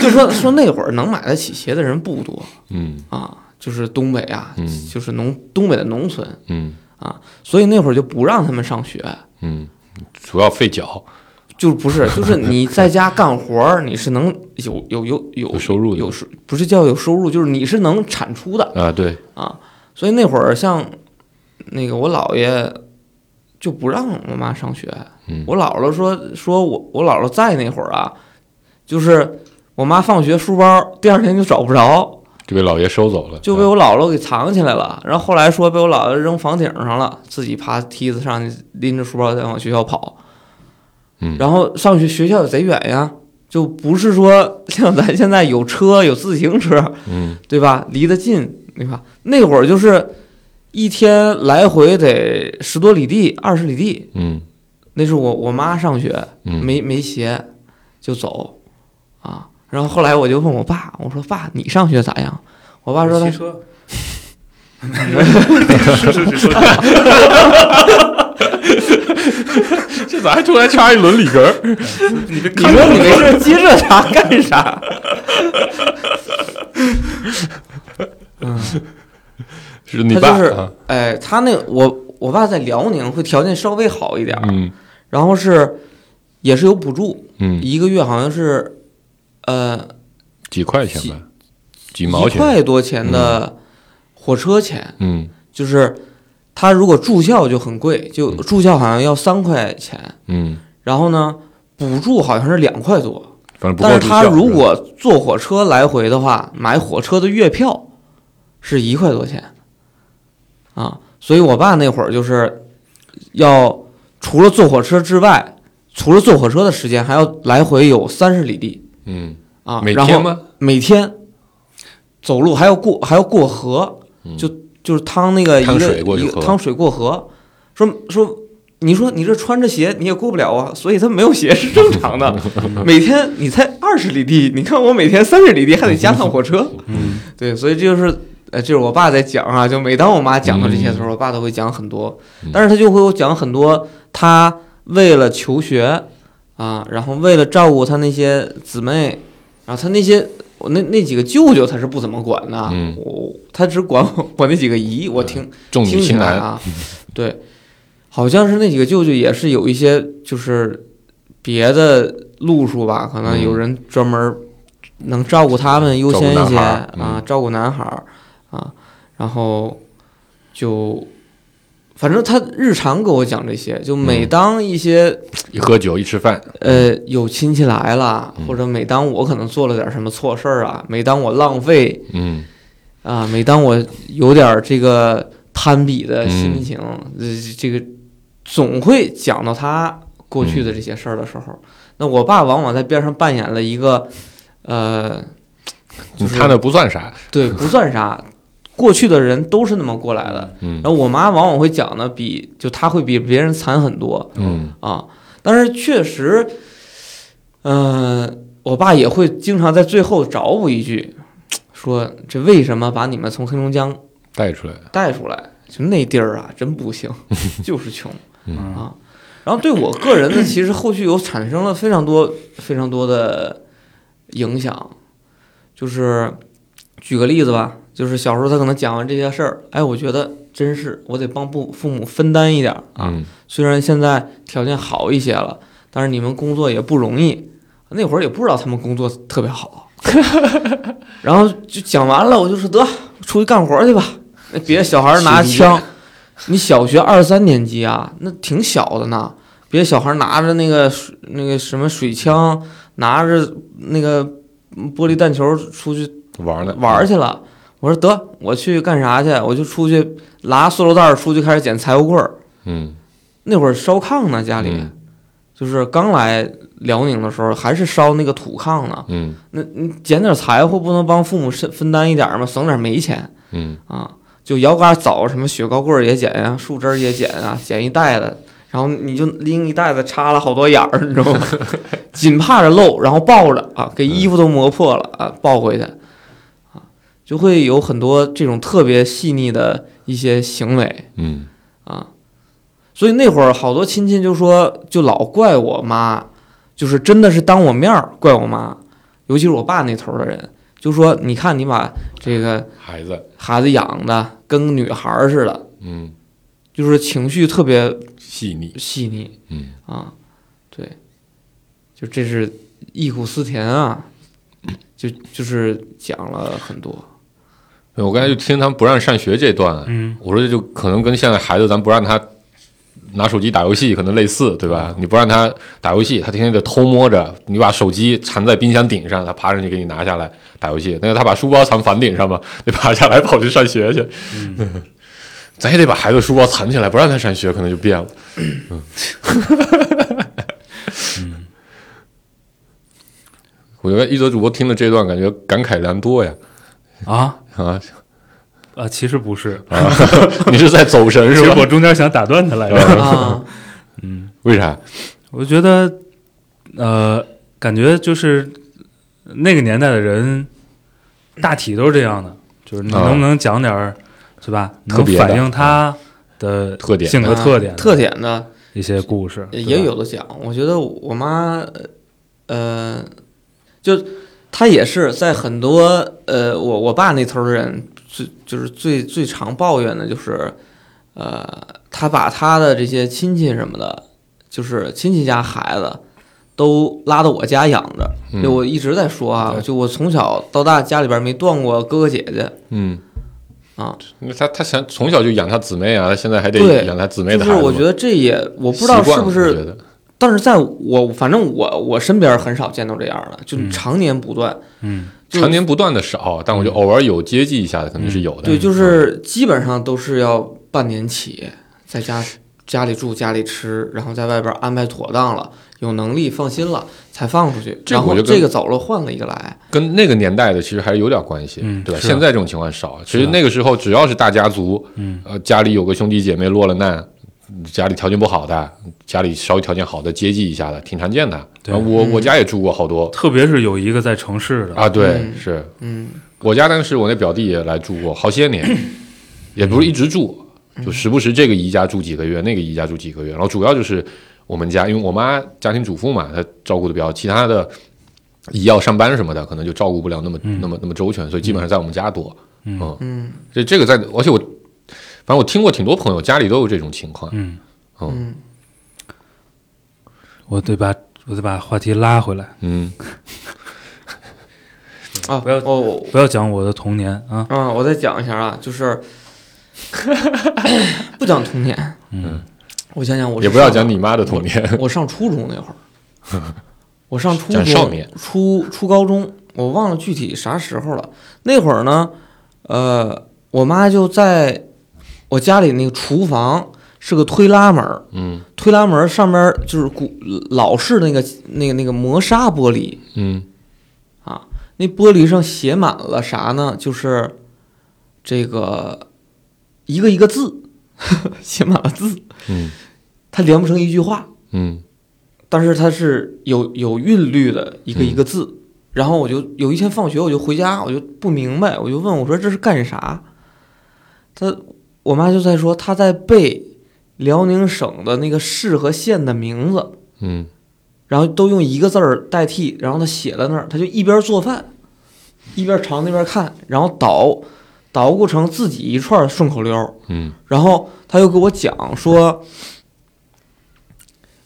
S3: 就说说那会儿能买得起鞋的人不多
S5: 嗯
S3: 啊，就是东北啊，
S5: 嗯
S3: 就是农东北的农村，
S5: 嗯
S3: 所以那会儿就不让他们上学。
S5: 嗯，主要费脚，
S3: 就是不 是，就是你在家干活儿，你是能有有有有
S5: 有收入的
S3: 有收不是叫有收入，就是你是能产出的
S5: 啊，对，
S3: 啊。所以那会儿像那个我姥爷就不让我妈上学，
S5: 嗯
S3: 我姥姥说说我我姥姥在那会儿啊，就是我妈放学书包第二天就找不着，
S5: 就被老爷收走了，
S3: 就被
S5: 啊
S3: 我姥姥给藏起来了。然后后来说被我姥姥扔房顶上了，自己爬梯子上去拎着书包再往学校跑。
S5: 嗯
S3: 然后上学学校也贼远呀，就不是说 像咱现在有车有自行车，
S5: 嗯
S3: 对吧？离得近，对吧？那会儿就是一天来回得十多里地、二十里地。
S5: 嗯
S3: 那是我我妈上学，
S5: 嗯，
S3: 没没鞋就走啊。然后后来我就问我爸，我说爸，你上学咋样？我爸说他
S4: 骑
S3: 嗯
S4: 车。是是是，说
S5: 这咋还突然插一伦理哏儿？
S4: 你 这
S3: 你
S4: 看
S3: 说
S4: 着
S3: 你没事接着他干啥？
S5: 是你
S3: 他
S5: 爸、
S3: 就是
S5: 啊，
S3: 哎，他那我我爸在辽宁会条件稍微好一点儿，
S5: 嗯
S3: 然后是也是有补助，
S5: 嗯，
S3: 一个月好像是呃
S5: 几块钱吧，几毛
S3: 一
S5: 钱，
S3: 块多钱的火车钱，
S5: 嗯
S3: 就是他如果住校就很贵，就住校好像要三块钱，
S5: 嗯，
S3: 然后呢补助好像是两块多，
S5: 反正不够
S3: 但是他
S5: 住校
S3: 如果坐火车来回的话，买火车的月票是一块多钱啊，所以我爸那会儿就是要除了坐火车之外，除了坐火车的时间，还要来回有三十里地
S5: 嗯，
S3: 啊，
S5: 每
S3: 然后
S5: 天吗？
S3: 每天走路还要过还要过河，
S5: 嗯
S3: 就就是趟那个一
S5: 趟
S3: 个
S5: 水过去
S3: 一个
S5: 河
S3: 趟水过河，说说你说你这穿着鞋你也过不了啊，所以他没有鞋是正常 的。每天你才二十里地，你看我每天三十里地还得加趟火车，
S4: 嗯，
S3: 对，所以这就是呃，这是我爸在讲啊，就每当我妈讲到这些的时候，我爸都会讲很多
S5: 嗯，
S3: 但是他就会讲很多他为了求学啊，然后为了照顾他那些姊妹，然后他那些我那那几个舅舅他是不怎么管的，啊
S5: 嗯
S3: 我他只管我我那几个姨，我听
S5: 重女
S3: 听起
S5: 轻
S3: 来
S5: 男，
S3: 啊，对，好像是那几个舅舅也是有一些就是别的路数吧，可能
S5: 嗯
S3: 有人专门能照顾他们优先
S5: 照
S3: 一
S5: 顾
S3: 些
S5: 男孩儿嗯
S3: 啊，照顾男孩儿啊，然后就反正他日常给我讲这些，就每
S5: 嗯
S3: 当一些、
S5: 一喝酒一吃饭，
S3: 呃有亲戚来了，
S5: 嗯
S3: 或者每当我可能做了点什么错事儿啊，每当我浪费
S5: 嗯
S3: 啊，每当我有点儿这个攀比
S5: 嗯
S3: 的心情，呃这个总会讲到他过去
S5: 嗯
S3: 的这些事儿的时候，那我爸往往在边上扮演了一个，呃，就是
S5: 他那不算啥，
S3: 对，不算啥，过去的人都是那么过来的。
S5: 嗯
S3: 然后我妈往往会讲的比就她会比别人惨很多
S5: 嗯
S3: 啊，但是确实，嗯、我爸也会经常在最后找补一句，说这为什么把你们从黑龙江
S5: 带出来，
S3: 带出来，就那地儿啊，真不行，就是穷
S4: 嗯
S3: 啊。然后对我个人呢，其实后续有产生了非常多、非常多的影响。就是举个例子吧，就是小时候他可能讲完这些事儿，哎，我觉得真是我得帮父父母分担一点儿啊。
S5: 嗯
S3: 虽然现在条件好一些了，但是你们工作也不容易。那会儿也不知道他们工作特别好，然后就讲完了，我就说得出去干活去吧，那别小孩拿枪，你小学二三年级啊，那挺小的呢，别小孩拿着那个水那个什么水枪，拿着那个玻璃弹球出去
S5: 玩呢
S3: 玩儿，去了。我说得我去干啥去？我就出去拿塑料袋儿出去开始捡柴火棍儿。
S5: 嗯
S3: 那会儿烧炕呢，家里、
S5: 嗯
S3: 就是刚来辽宁的时候，还是烧那个土炕呢。
S5: 嗯
S3: 那你捡点柴火，不能帮父母分分担一点儿吗？省点煤钱
S5: 嗯
S3: 啊！就摇杆枣什么雪糕棍儿也捡呀、树枝儿也捡啊，捡一袋子，然后你就拎一袋子，插了好多眼儿，你知道吗？紧怕着漏，然后抱着啊，给衣服都磨破了啊，抱回去啊，就会有很多这种特别细腻的一些行为。
S5: 嗯
S3: 啊，所以那会儿好多亲戚就说，就老怪我妈，就是真的是当我面儿怪我妈，尤其是我爸那头儿的人，就说你看你把这个
S5: 孩子，
S3: 孩子养的跟女孩儿似的，
S5: 嗯
S3: 就是情绪特别
S5: 细腻，
S3: 细腻
S5: 嗯
S3: 啊，对，就这是忆苦思甜啊，就就是讲了很多，
S5: 我刚才就听他们不让上学这段，
S4: 嗯，
S5: 我说这就可能跟现在孩子咱不让他拿手机打游戏可能类似，对吧？你不让他打游戏，他天天得偷摸着，你把手机藏在冰箱顶上，他爬上去给你拿下来打游戏。那个他把书包藏房顶上嘛，得爬下来跑去上学去。 咱也得把孩子书包藏起来，不让他上学，可能就变了。嗯 我觉得一泽主播听了这段，感觉感慨良多呀！
S4: 啊
S5: 啊，
S4: 啊，其实不是，
S5: 你是在走神
S4: 其
S5: 啊是
S4: 实我
S5: 吧？
S4: 中间想打断他来着。
S3: 啊，
S5: 为啥？
S4: 我觉得，呃，感觉就是那个年代的人大体都是这样的，就是你
S5: 啊
S4: 能不能讲点儿，是吧？
S5: 特
S4: 能
S5: 别的啊
S4: 反映他的
S5: 特点
S4: 性格特点
S3: 啊
S4: 的
S3: 特点的
S4: 一些故事，对吧
S3: 也有的讲。我觉得我妈，呃，就她也是在很多呃，我我爸那头儿的人最就是最最常抱怨的就是，呃，他把他的这些亲戚什么的，就是亲戚家孩子。都拉到我家养着，
S5: 嗯
S3: 就我一直在说啊，
S5: 对
S3: 就我从小到大家里边没断过哥哥姐姐，
S5: 嗯
S3: 啊，
S5: 因为他他想从小就养他姊妹啊，他现在还得
S3: 对
S5: 养他姊妹
S3: 就
S5: 的
S3: 是
S5: 孩子嘛，
S3: 我觉得这也我不知道
S5: 习惯
S3: 是
S5: 了
S3: 不
S5: 我
S3: 是
S5: 觉得
S3: 但是在我反正我我身边很少见到这样的，就
S4: 嗯
S3: 常年不断。
S4: 嗯
S3: 就
S5: 常年不断的少，但我就偶尔有接济一下的肯定是有的。
S3: 嗯对，就是基本上都是要半年起，在家家里住家里吃，然后在外边安排妥当了，有能力放心了才放出去。
S5: 这
S3: 然
S5: 我
S3: 后
S5: 就跟
S3: 这个走了换了一个来，
S5: 跟那个年代的其实还是有点关系，
S4: 嗯
S5: 对吧？
S4: 是啊
S5: 现在这种情况少，其
S4: 是
S5: 实
S4: 啊
S5: 那个时候只要是大家族，
S4: 嗯，
S5: 呃，家里有个兄弟姐妹落了难，家里条件不好的，家里稍微条件好的接济一下的，挺常见的。
S4: 对
S5: 然后我
S3: 嗯
S5: 我家也住过好多
S4: 特别是有一个在城市的，
S5: 啊，对，
S3: 嗯
S5: 是
S3: 嗯，
S5: 我家当时我那表弟也来住过好些 年，也不是一直住，就时不时这个姨家住几个月，那个姨家住几个月，然后主要就是我们家，因为我妈家庭主妇嘛，她照顾的比较好，其他的姨要上班什么的，可能就照顾不了那么、
S4: 嗯
S5: 那么那么周全，所以基本上在我们家多。
S4: 嗯
S3: 嗯
S5: 这这个在，而且我反正我听过挺多朋友家里都有这种情况，
S4: 嗯，
S3: 嗯，
S4: 我得把我得把话题拉回来，
S5: 嗯，
S3: 啊，
S4: 不要
S3: 我我
S4: 不要讲我的童年啊，
S3: 啊，我再讲一下啊，就是 不讲童年，
S4: 嗯，
S3: 我想想我是
S5: 也不要
S3: 上
S5: 讲你妈的童年，
S3: 我上初中那会儿，我上初
S5: 讲
S3: 中
S5: 少年
S3: 初初高中，我忘了具体啥时候了。那会儿呢，呃，我妈就在我家里那个厨房是个推拉门儿，
S5: 嗯
S3: 推拉门儿上面就是古老式那个那个那个磨砂玻璃
S5: 嗯
S3: 啊，那玻璃上写满了啥呢？就是这个一个一个字， 写满了字，
S5: 嗯
S3: 它连不成一句话。
S5: 嗯
S3: 但是它是有有韵律的一个一个字。然后我就有一天放学，我就回家，我就不明白，我就问我说这是干啥？他我妈就在说她在背辽宁省的那个市和县的名字，
S5: 嗯
S3: 然后都用一个字儿代替，然后她写在那儿，她就一边做饭，一边朝那边看，然后捣捣鼓成自己一串顺口溜儿。
S5: 嗯
S3: 然后他又给我讲说，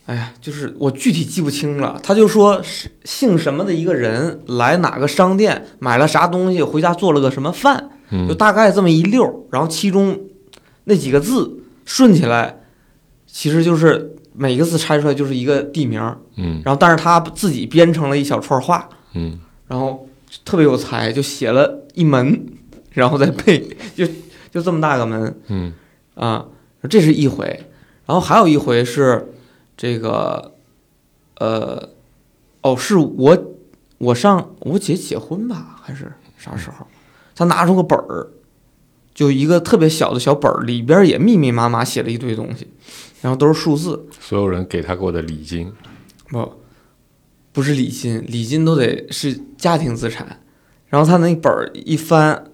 S3: 哎呀，就是我具体记不清了。他就说是姓什么的一个人来哪个商店买了啥东西，回家做了个什么饭，
S5: 嗯
S3: 就大概这么一溜儿。然后其中那几个字顺起来，其实就是每个字拆出来就是一个地名儿。
S5: 嗯
S3: 然后但是他自己编成了一小串话，
S5: 嗯
S3: 然后特别有才，就写了一门，然后再背，就就这么大个门。
S5: 嗯
S3: 啊，这是一回。然后还有一回是这个，呃，哦，是我我上我姐结婚吧，还是啥时候？她拿出个本儿，就一个特别小的小本儿，里边儿也密密麻麻写了一堆东西，然后都是数字，
S5: 所有人给他给我的礼金，
S3: 不，不是礼金，礼金都得是家庭资产。然后她那本儿一翻，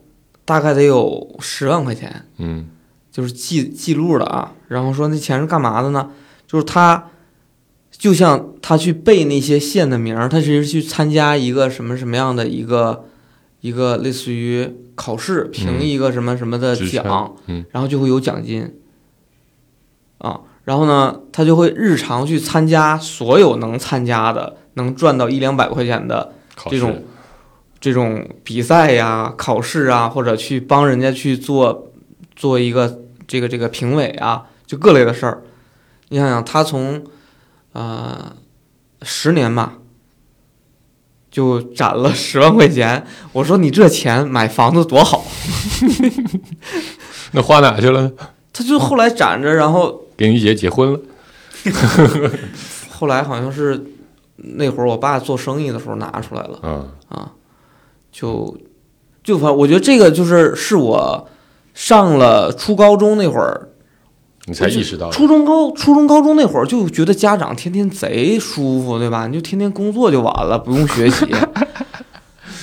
S3: 大概得有十万块钱。
S5: 嗯
S3: 就是记记录的啊。然后说那钱是干嘛的呢？就是他，就像他去背那些县的名儿，他其实去参加一个什么什么样的一个一个类似于考试，评一个什么什么的
S5: 嗯职称
S3: 奖，
S5: 嗯
S3: 然后就会有奖金啊。然后呢，他就会日常去参加所有能参加的，能赚到一两百块钱的
S5: 考
S3: 这
S5: 试
S3: 种这种比赛呀、考试啊，或者去帮人家去做做一个这个这个评委啊，就各类的事儿。你想想，他从呃十年吧，就攒了十万块钱。我说你这钱买房子多好，
S5: 那花哪去了呢？
S3: 他就后来攒着，然后
S5: 跟于姐结婚了，
S3: 后来好像是那会儿我爸做生意的时候拿出来了。
S5: 嗯
S3: 啊，就就反我觉得这个就是是我上了初高中那会儿，
S5: 你才意识到的，
S3: 初中高初中高中那会儿就觉得 家长天天贼舒服，对吧？你就天天工作就完了，不用学习。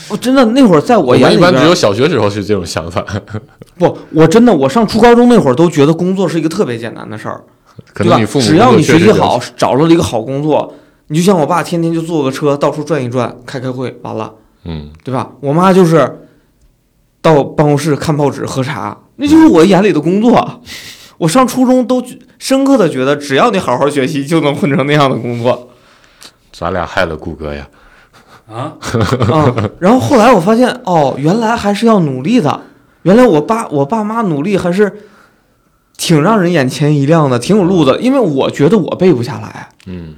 S3: 不，哦真的那会儿在我
S5: 我
S3: 眼
S5: 们
S3: 里
S5: 一般
S3: 边
S5: 只有小学时候是这种想法，
S3: 不，我真的我上初高中那会儿都觉得工作是一个特别简单的事儿，
S5: 可
S3: 对吧
S5: 能你父？母
S3: 只要
S5: 工
S3: 你
S5: 作
S3: 学
S5: 确实
S3: 习
S5: 比较
S3: 好，找了一个好工作，你就像我爸天天就坐个车到处转一转，开开会，完了，
S5: 嗯，
S3: 对吧？我妈就是到办公室看报纸、喝茶，那就是我眼里的工作。我上初中都觉深刻的觉得，只要你好好学习，就能混成那样的工作
S5: 咱俩害了谷歌呀，
S4: 啊，
S3: 啊、然后后来我发现，哦，原来还是要努力的。原来我爸我爸妈努力还是挺让人眼前一亮的，挺有路子。因为我觉得我背不下来，
S5: 嗯，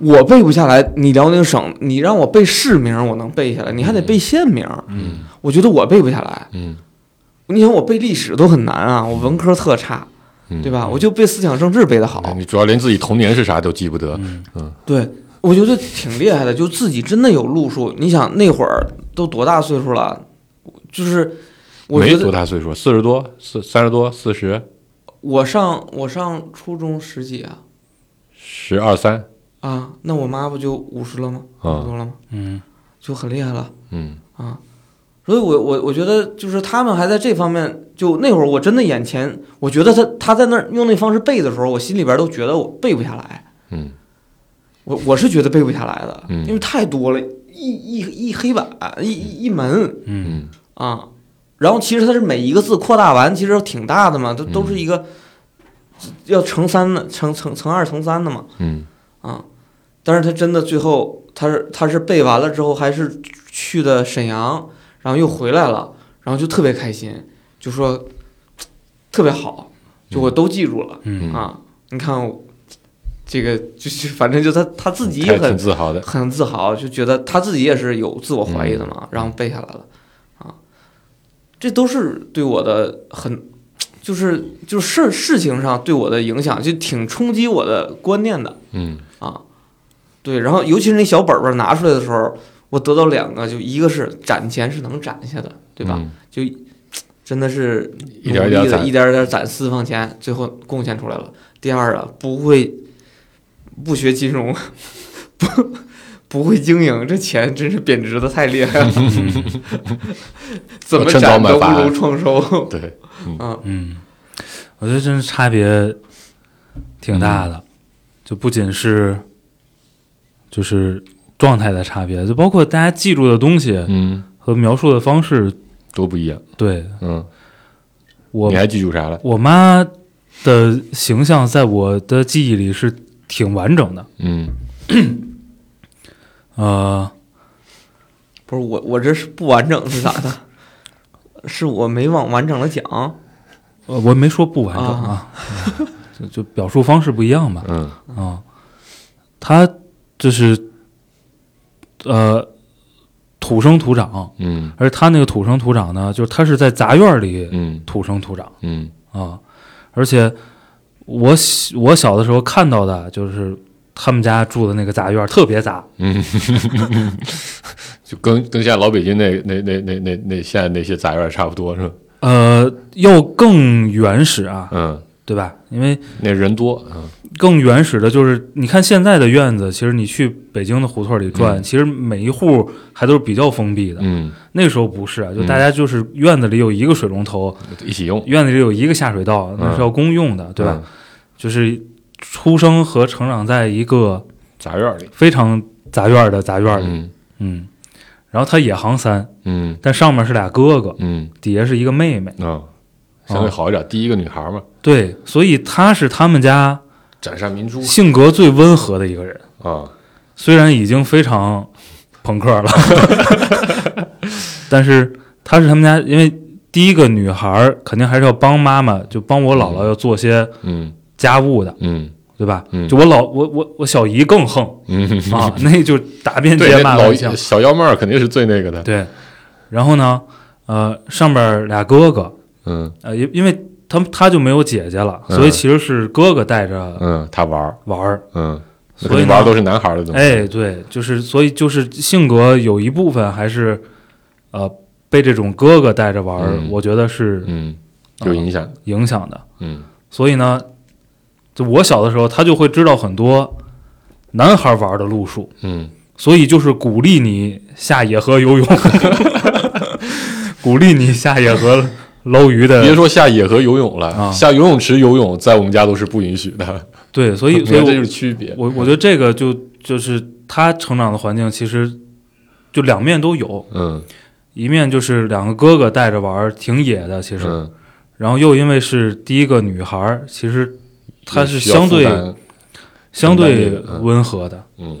S3: 我背不下来。你辽宁省，你让我背市名，我能背下来，你还得背县名。
S5: 嗯，
S3: 我觉得我背不下来。
S5: 嗯，
S3: 你想我背历史都很难啊，我文科特差，
S5: 嗯
S3: 对吧？我就背思想政治背得好，
S5: 你主要连自己童年是啥都记不得，
S4: 嗯
S3: 对我觉得挺厉害的，就自己真的有路数。你想那会儿都多大岁数了，就是我
S5: 没
S3: 觉
S5: 多
S3: 得
S5: 大岁数，四十多，四三十多，四十，
S3: 我上我上初中十几啊
S5: 十二三，
S3: 啊，那我妈不就五十了吗？
S5: 啊
S3: 五十多了吗？
S4: 嗯
S3: 就很厉害了。
S5: 嗯
S3: 啊，所以我我我觉得就是他们还在这方面，就那会儿我真的眼前，我觉得他他在那儿用那方式背的时候，我心里边都觉得我背不下来，
S5: 嗯
S3: 我我是觉得背不下来的，
S5: 嗯
S3: 因为太多了，一一一黑板一一一门
S4: 嗯
S5: 嗯
S3: 啊，然后其实它是每一个字扩大完，其实挺大的嘛，都都是
S4: 嗯
S3: 一个要乘三的，乘乘乘二乘三的嘛，
S5: 嗯，
S3: 啊，但是他真的最后，他是他是背完了之后，还是去的沈阳，然后又回来了，然后就特别开心，就说特别好，就我都记住了、
S4: 嗯
S3: 啊。你看我这个就是反正就他他自己
S5: 他
S3: 也
S5: 也挺
S3: 很
S5: 自豪的，
S3: 很自豪，就觉得他自己也是有自我怀疑的嘛，然后背下来了啊。这都是对我的很，就是就是事事情上对我的影响，就挺冲击我的观念的。
S5: 嗯
S3: 啊，对，然后尤其是那小本本拿出来的时候，我得到两个，就一个是攒钱是能攒下的，对吧？？
S5: 嗯
S3: 就真的是
S5: 一点儿一点
S3: 努
S5: 儿
S3: 力地
S5: 攒
S3: 一点儿一点儿攒私房钱，最后贡献出来了。第二啊，不会不学金融， 不不会经营，这钱真是贬值的太厉 害了，
S4: 嗯
S3: 怎么
S5: 趁早
S3: 攒
S5: 买
S3: 都不
S5: 房啊
S3: 如创收。
S5: 对，
S4: 嗯，我觉得真是差别挺大的，就不仅是就是状态的差别，就包括大家记住的东西
S5: 嗯，
S4: 和描述的方式。
S5: 多不一样，
S4: 对
S5: 嗯，
S4: 我
S5: 你还记住啥了？
S4: 我妈的形象在我的记忆里是挺完整的。
S5: 嗯
S4: 呃，
S3: 不是我，我这是不完整是咋的？ 是我没往完整的讲
S4: 呃我没说不完整啊，嗯 就就表述方式不一样吧。
S5: 嗯
S4: 啊，她就是呃土生土长，
S5: 嗯
S4: 而她那个土生土长呢，就是她是在杂院儿里
S5: 嗯
S4: 土生土长
S5: 嗯
S4: 啊，而且我小我小的时候看到的就是他们家住的那个杂院儿特别杂，
S5: 嗯，就跟跟现在老北京那那那那那那现在那些杂院差不多是吧？
S4: 呃，要更原始啊，
S5: 嗯，
S4: 对吧？因为
S5: 那人多，嗯
S4: 更原始的就是，你看现在的院子，其实你去北京的胡同里转，
S5: 嗯
S4: 其实每一户还都是比较封闭的。
S5: 嗯，
S4: 那时候不是啊，就
S5: 嗯
S4: 大家就是院子里有一个水龙头，
S5: 一起用，
S4: 院子里有一个下水道，那是要公用的，对吧？
S5: 嗯？
S4: 就是出生和成长在一个
S5: 杂院里，
S4: 非常杂院的杂院里，嗯
S5: 嗯
S4: 然后他也行三，
S5: 嗯
S4: 但上面是俩哥哥，
S5: 嗯
S4: 底下是一个妹妹，
S5: 啊，相对好一点。第一个女孩嘛，
S4: 对，所以他是他们家
S5: 斩杀明珠
S4: 性格最温和的一个人。
S5: 啊，
S4: 虽然已经非常朋克了， 但是她是他们家，因为第一个女孩儿肯定还是要帮妈妈，就帮我姥姥要做些
S5: 嗯
S4: 家务的，
S5: 嗯
S4: 对吧？
S5: 嗯
S4: 就我老我我我小姨更 横
S5: 嗯，
S4: 啊， 那就打遍
S5: 对，
S4: 街
S5: 那
S4: 骂
S5: 老
S4: 乱巷。
S5: 小幺妹儿肯定是最那个的，
S4: 对，然后呢，呃，上边儿俩哥哥，
S5: 嗯
S4: 呃，因因为他们他就没有姐姐了，
S5: 嗯
S4: 所以其实是哥哥带着
S5: 嗯，她玩儿，
S4: 玩儿。
S5: 嗯，
S4: 所
S5: 那
S4: 以
S5: 肯定
S4: 呢
S5: 玩儿都是男孩儿的东西，
S4: 哎，对，就是所以就是性格有一部分还是呃被这种哥哥带着玩儿，
S5: 嗯
S4: 我觉得是
S5: 嗯，有影响，
S4: 影响的。
S5: 嗯
S4: 所以呢，就我小的时候，他就会知道很多男孩玩儿的路数，
S5: 嗯
S4: 所以就是鼓励你下野河游泳， 鼓励你下野河捞鱼
S5: 别
S4: 的。
S5: 说下野河游泳了，
S4: 啊
S5: 下游泳池游泳在我们家都是不允许的。
S4: 对，所以
S5: 你
S4: 所以
S5: 看这
S4: 我
S5: 就是区别。
S4: 我我觉得这个就就是他成长的环境，其实就两面都有，
S5: 嗯
S4: 一面就是两个哥哥带着玩儿，挺野的其实，
S5: 嗯，
S4: 然后又因为是第一个女孩儿，其实她是
S5: 需要
S4: 相对
S5: 负担
S4: 相
S5: 承担
S4: 对
S5: 这个嗯
S4: 温和的。
S5: 嗯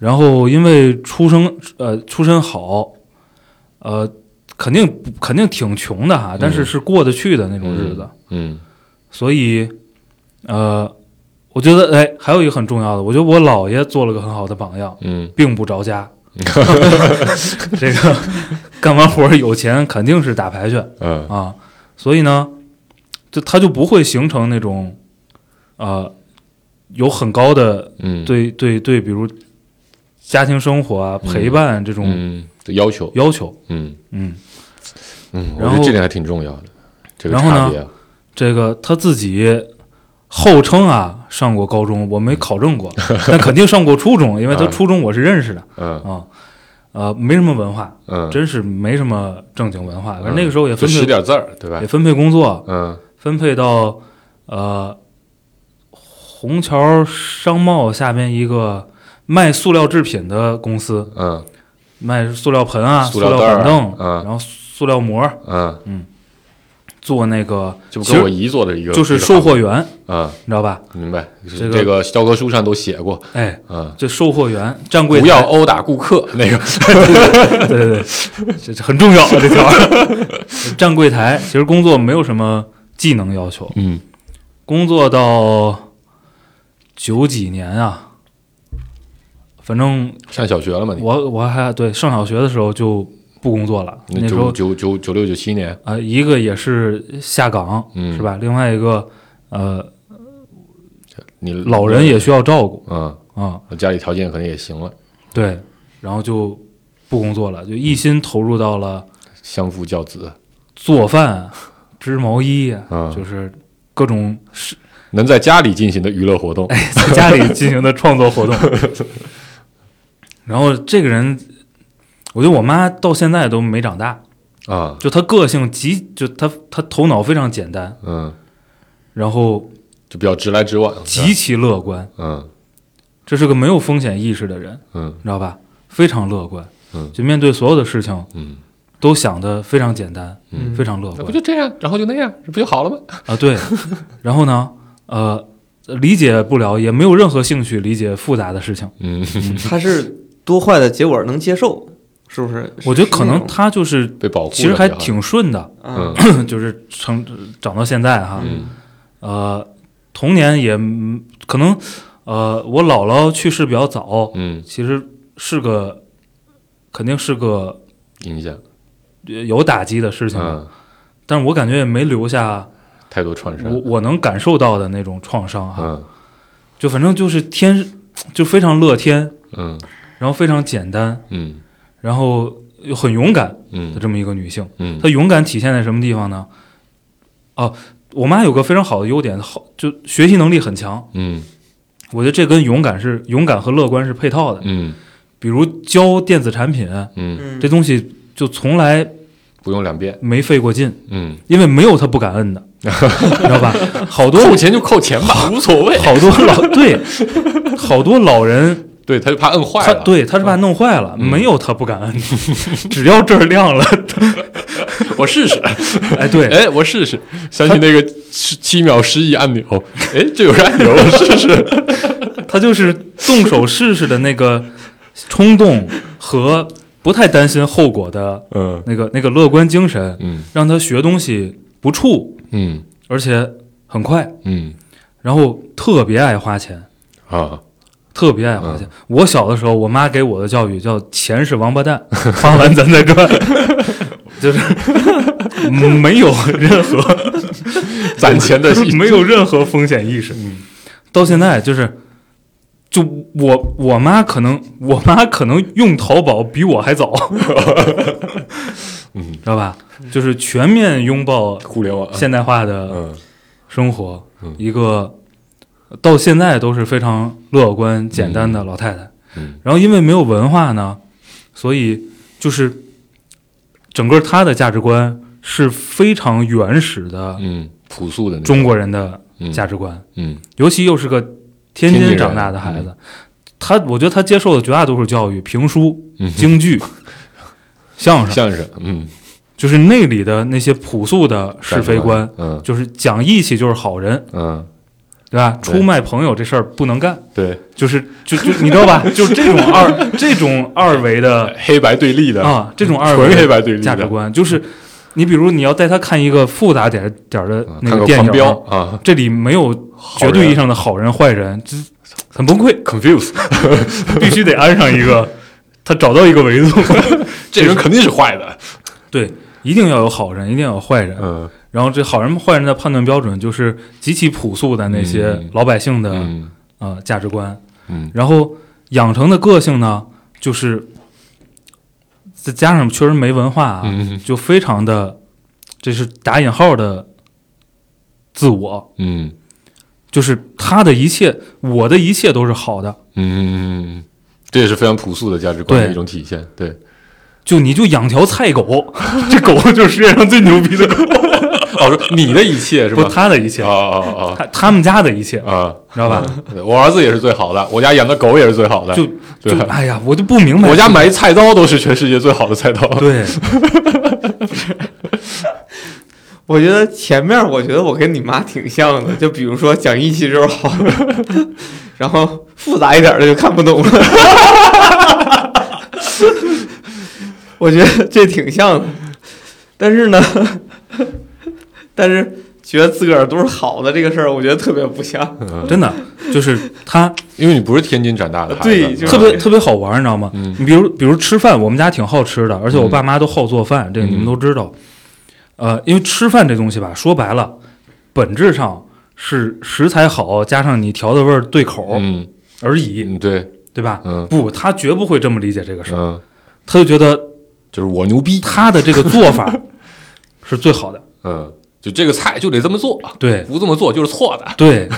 S4: 然后因为出生呃出身好，呃肯定肯定挺穷的哈，但是是过得去的那种日子，
S5: 嗯
S4: 所以呃，我觉得哎还有一个很重要的，我觉得我姥爷做了个很好的榜样，
S5: 嗯
S4: 并不着 家。这个干完活儿有钱肯定是打牌去，
S5: 嗯
S4: 啊，所以呢，就它就不会形成那种，呃，有很高的
S5: 嗯，
S4: 对对对，比如家庭生活啊、陪伴这种
S5: 嗯的要求，
S4: 要求。
S5: 嗯
S4: 嗯，
S5: 嗯，我
S4: 然
S5: 觉
S4: 后
S5: 得这点还挺重要的，这个
S4: 然后呢
S5: 差别啊。
S4: 这个他自己号称啊上过高中，我
S5: 嗯
S4: 没考证过，但肯定上过初中，因为他
S5: 啊
S4: 初中我是认识的
S5: 嗯
S4: 啊。呃，没什么文化，
S5: 嗯，
S4: 真是没什么正经文化。反正那个时候也
S5: 就
S4: 分
S5: 识
S4: 配
S5: 点字儿，对吧
S4: 也？分配工作，
S5: 嗯
S4: 分配到呃虹桥商贸下边一个卖塑料制品的公司，
S5: 嗯
S4: 卖塑料盆啊、
S5: 塑
S4: 塑
S5: 料袋儿啊
S4: 板凳，
S5: 嗯
S4: 然后塑料膜儿
S5: 嗯，
S4: 做那个，
S5: 这不
S4: 其
S5: 跟
S4: 实
S5: 我姨做的一个
S4: 就是售货员，
S5: 啊，
S4: 你知道吧？
S5: 嗯明白？
S4: 这个
S5: 这个教科书上都写过，
S4: 哎，
S5: 嗯，
S4: 这售货员站柜
S5: 不要
S4: 台，
S5: 殴打顾客那个，
S4: 对对对，这这很重要啊这条儿。 站柜台其实工作没有什么技能要求，
S5: 嗯
S4: 工作到九几年啊，反正
S5: 上小学了嘛，你
S4: 我我还对上小学的时候就不工作了，那
S5: 那
S4: 时
S5: 九
S4: 候
S5: 九九九六九七年，
S4: 呃，一个也是下岗、
S5: 嗯
S4: 是吧？另外一个呃，
S5: 你
S4: 老人也需要照顾
S5: 嗯，
S4: 啊、
S5: 家里条件可能也行了，
S4: 对，然后就不工作了，就一心投入到了
S5: 相夫教子，
S4: 做饭、织毛衣啊，
S5: 嗯
S4: 就是各种是
S5: 能在家里进行的娱乐活动，
S4: 在家里进行的创作活动。然后这个人，我觉得我妈到现在都没长大，
S5: 啊，
S4: 就她个性极，就她她头脑非常简单，
S5: 嗯，
S4: 然后
S5: 就比较直来直往，是吧
S4: 极其乐观，
S5: 嗯
S4: 这是个没有风险意识的人，
S5: 嗯
S4: 你知道吧？非常乐观，
S5: 嗯
S4: 就面对所有的事情
S5: 嗯，
S4: 都想得非常简单，
S3: 嗯
S4: 非常乐
S5: 那不
S4: 观
S5: 就这样，然后就那样，这不就好了吗？
S4: 啊。 对，然后呢，呃，理解不了，也没有任何兴趣理解复杂的事情。
S5: 嗯，
S3: 他是多坏的结果能接受，是不是？
S4: 我觉得可
S3: 是那
S4: 能
S3: 种
S4: 他就是
S5: 被保护，
S4: 其实还，挺顺的，
S3: 啊，
S4: 就是成长到现在哈，
S5: 嗯
S4: 呃，童年也嗯可能，呃，我姥姥去世比较早，
S5: 嗯，
S4: 其实是个肯定是个
S5: 影响，
S4: 呃有打击的事情吧，
S5: 嗯，
S4: 但是我感觉也没留下
S5: 太多创
S4: 我
S5: 伤，
S4: 我能感受到的那种创伤哈、
S5: 嗯
S4: 就反正就是天，就非常乐天，
S5: 嗯
S4: 然后非常简单，
S5: 嗯
S4: 然后又很勇敢的
S5: 嗯
S4: 这么一个女性。
S5: 嗯
S4: 她勇敢体现在什么地方呢？哦，我妈有个非常好的优点，好就学习能力很强。
S5: 嗯
S4: 我觉得这跟勇敢是勇敢和乐观是配套的。
S5: 嗯
S4: 比如教电子产品
S5: 嗯，
S3: 嗯
S4: 这东西，就从来
S5: 不用两遍，
S4: 没费过劲，
S5: 嗯，
S4: 因为没有她不敢摁 的，你知道吧？好多
S5: 扣钱就扣钱吧，无所谓，
S4: 好多老对，好多老人，
S5: 对，他就怕摁坏
S4: 他
S5: 了，，
S4: 对他是怕弄坏了，
S5: 嗯
S4: 没有他不敢 摁，只要这儿亮了，
S5: 我试试，
S4: 哎，对，
S5: 哎，我试试，想起那个十七秒失忆按钮，哎，这有个按钮，我试试，
S4: 他就是动手试试的那个冲动和不太担心后果的
S5: 嗯
S4: 那个那个乐观精神，
S5: 嗯
S4: 让他学东西不怵，
S5: 嗯
S4: 而且很快，
S5: 嗯
S4: 然后特别爱花钱。
S5: 啊，
S4: 特别爱
S5: 嗯
S4: 花钱。我小的时候，我妈给我的教育叫“钱是王八蛋，花完咱再赚”， 就是 没有任何
S5: 攒钱的
S4: 没有任何风险意识。
S5: 嗯
S4: 到现在就是，就我我妈可能我妈可能用淘宝比我还 早，
S5: 嗯
S4: 知道吧？就是全面拥抱
S5: 互联网，
S4: 现代化的
S5: 嗯
S4: 生活
S5: 嗯，
S4: 一个到现在都是非常乐观简单的老太太。
S5: 嗯
S4: 然后因为没有文化呢，所以就是整个他的价值观是非常原始的
S5: 嗯，朴素的那种
S4: 中国人的价
S5: 值，
S4: 值观，
S5: 嗯
S4: 尤其又是个天津长大的孩
S5: 天津嗯
S4: 子，他我觉得他接受的绝大多数教育，评 书、
S5: 嗯，
S4: 京剧、相声，
S5: 相声，嗯，
S4: 就是那里的那些朴素的是非观，
S5: 嗯
S4: 就是讲义气就是好人，
S5: 嗯，
S4: 对吧？
S5: 对
S4: 出卖朋友这事儿不能干，
S5: 对，
S4: 就是就就你知道 吧？就是这种二这种二维的
S5: 呃黑白对立的，
S4: 啊，这种二
S5: 纯
S4: 维
S5: 黑
S4: 的
S5: 白对立
S4: 价值
S5: 的，
S4: 观，就是你比如你要带他看一个复杂点儿点儿的
S5: 嗯
S4: 那
S5: 看
S4: 个
S5: 个
S4: 电
S5: 狂
S4: 影
S5: 飙
S4: 儿，
S5: 啊
S4: 这里没有绝对意义上的好人坏人，这很崩溃，
S5: ，confuse，
S4: 必须得安上一 个他找到一个维度，
S5: 这人肯定是坏的，
S4: 对，一定要有好人，一定要有坏人。
S5: 嗯
S4: 然后这好人坏人的判断标准就是极其朴素的那些
S5: 嗯
S4: 老百姓的、
S5: 嗯
S4: 呃价值观，
S5: 嗯
S4: 然后养成的个性呢，就是再加上确实没文化啊，
S5: 嗯
S4: 就非常的，这是打引号的自我，
S5: 嗯
S4: 就是他的一切，我的一切都是好的。
S5: 嗯，这也是非常朴素的价值观的
S4: 对
S5: 一种体现，对，
S4: 就你就养条菜狗， 这狗就是世界上最牛 逼的狗，
S5: 哦，说你的一切是
S4: 不
S5: 吧
S4: 是？他的一切，
S5: 啊啊
S4: 他他们家的一切，
S5: 啊啊！
S4: 知道吧？
S5: 我儿子也是最好的，我家养的狗也是最好的，
S4: 就
S5: 啊对
S4: 就哎呀，我就不明白，
S5: 我家买一菜刀都是全世界最好的菜刀。
S4: 对，
S3: 我觉得前面我觉得我跟你妈挺像的，就比如说讲义气就是好的， 然后复杂一点的就看不懂了。 我觉得这挺像的，但是呢， 但是觉得自个儿都是好的这个事儿，我觉得特别不像。
S5: 嗯
S4: 真的就是他
S5: 因为你不是天津长大的孩子，
S3: 对就是
S4: 特别特别好玩儿，你知道吗？
S5: 嗯
S4: 你比如比如吃饭，我们家挺好吃的，而且我
S5: 嗯
S4: 爸妈都好做饭，这个你
S5: 嗯
S4: 们都知道。呃，因为吃饭这东西吧，说白了，本质上是食材好加上你调的味儿对口
S5: 嗯
S4: 而已，
S5: 嗯对
S4: 对吧？
S5: 嗯
S4: 不，他绝不会这么理解这个事儿，
S5: 嗯，
S4: 他就觉得
S5: 就是我牛逼，
S4: 他的这个做 法是最好的。
S5: 嗯，就这个菜就得这么做，
S4: 对
S5: 不这么做就是错的，
S4: 对，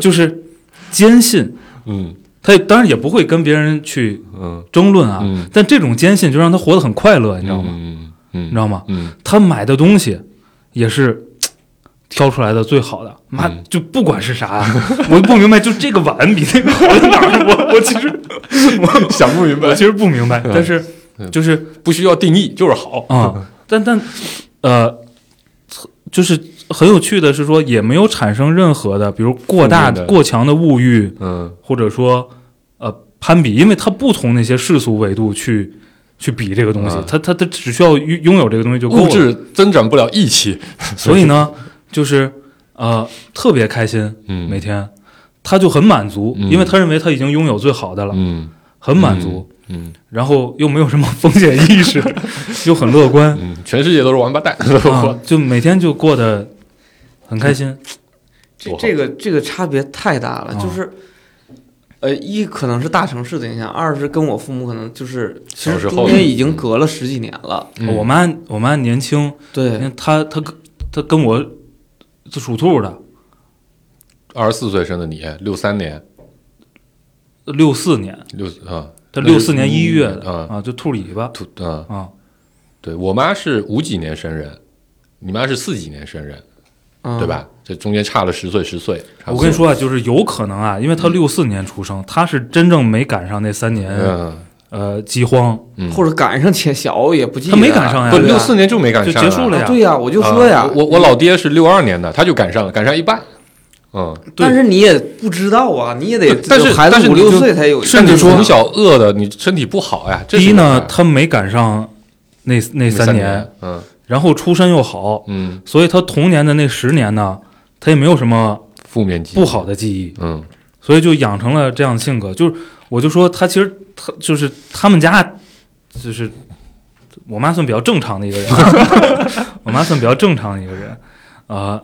S4: 就是坚信，
S5: 嗯
S4: 他当然也不会跟别人去
S5: 嗯，
S4: 争论啊，
S5: 嗯
S4: 但这种坚信就让他活得很快乐，你
S5: 你
S4: 知道吗？
S5: 嗯
S4: 你
S5: 嗯
S4: 知道吗？
S5: 嗯
S4: 他买的东西也是挑出来的最好的，妈
S5: 嗯
S4: 就不管是啥，啊我就不明白，就这个碗比那个好在哪儿？我我其 实
S5: 嗯， 想不明白
S4: 我其，实不明白，
S5: 嗯
S4: 但是
S5: 嗯
S4: 就是
S5: 不需要定义，就是好
S4: 啊、但但呃，就是很有趣的是说，也没有产生任何的，比如过大
S5: 负面的
S4: 过强的物欲，
S5: 嗯
S4: 或者说呃攀比，因为他不从那些世俗维度去。去比这个东西
S5: 嗯，
S4: 他他他只需要拥拥有这个东西就够了。
S5: 物质增长不了义气，
S4: 所以呢，就是呃特别开心，
S5: 嗯
S4: 每天他就很满足，
S5: 嗯
S4: 因为他认为他已经拥有最好的了，
S5: 嗯
S4: 很满足，
S5: 嗯
S4: 然后又没有什么风险意识， 又很乐观
S5: 嗯，全世界都是王八蛋，
S4: 啊，就每天就过得很开心。
S3: 这
S5: 多好哦
S3: 这个这个差别太大了，
S4: 啊
S3: 就是，呃，一可能是大城市的影响，二是跟我父母可能就是其
S5: 小时
S3: 实中
S5: 候
S3: 间已
S5: 嗯
S3: 经隔了十几年了，
S5: 嗯
S4: 我妈我妈年轻，
S3: 对，
S4: 她她跟她跟我是属兔的，
S5: 二十四岁生的你，六三年
S4: 六四年，
S5: 六啊，
S4: 她
S5: 那就
S4: 六四年一月的
S5: 啊
S4: 啊，就兔尾巴
S5: 土啊，
S4: 啊，
S5: 对我妈是五几年生人，你妈是四几年生人，
S3: 嗯
S5: 对？吧？这中间差了十岁，十岁。差不多
S4: 啊我跟你，说啊，就是有可能啊，因为她六四年出生，她是真正没赶上那三年。
S5: 嗯，
S4: 呃饥荒，
S5: 嗯
S3: 或者赶上且小也不记得，
S4: 他没赶上呀
S5: 不，
S3: 对
S5: 六
S3: 啊
S5: 四年就没赶
S4: 哎就
S5: 上啊，
S4: 结束了呀
S3: 啊对呀，我就说呀
S5: 啊，我我老爹是六二年的，他就赶上了，赶上一半。嗯，
S4: 对
S3: 但是你也不知道啊，你也得
S5: 但是
S3: 孩
S5: 但是
S3: 子
S5: 你
S3: 五
S5: 就
S3: 六岁才有，
S5: 甚至从小饿的，你身体不好呀。这是
S4: 第一呢
S5: 没，办法
S4: 他没赶上那那
S5: 那
S4: 三
S5: 年，
S4: 年，
S5: 嗯
S4: 然后出身又好，
S5: 嗯，
S4: 所以他童年的那十年呢，他也没有什么
S5: 负面记忆
S4: 不，好的记忆，
S5: 嗯
S4: 所以就养成了这样的性格。就是我就说他其实他就是他们家就是我妈算比较正常的一个人， 我妈算比较正常的一个人，呃，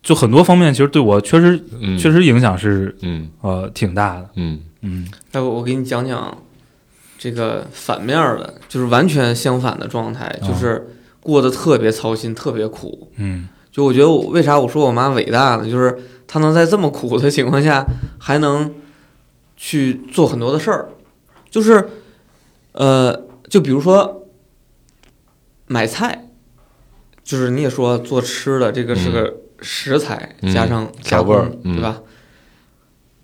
S4: 就很多方面其实对我确实
S5: 嗯，
S4: 确，实影响是
S5: 嗯
S4: 呃挺大的，
S5: 嗯
S4: 嗯
S3: 要哎不我给你讲讲这个反面儿的，就是完全相反的状态，
S4: 啊
S3: 就是过得特别操心，特别苦。
S4: 嗯
S3: 就我觉得我为啥我说我妈伟大呢？就是她能在这么苦的情况下还能去做很多的事儿，就是，呃，就比如说买菜，就是你也说做吃的，这个是个食材、
S5: 嗯
S3: 加上加
S5: 调味
S3: 工，
S5: 儿嗯
S3: 对吧？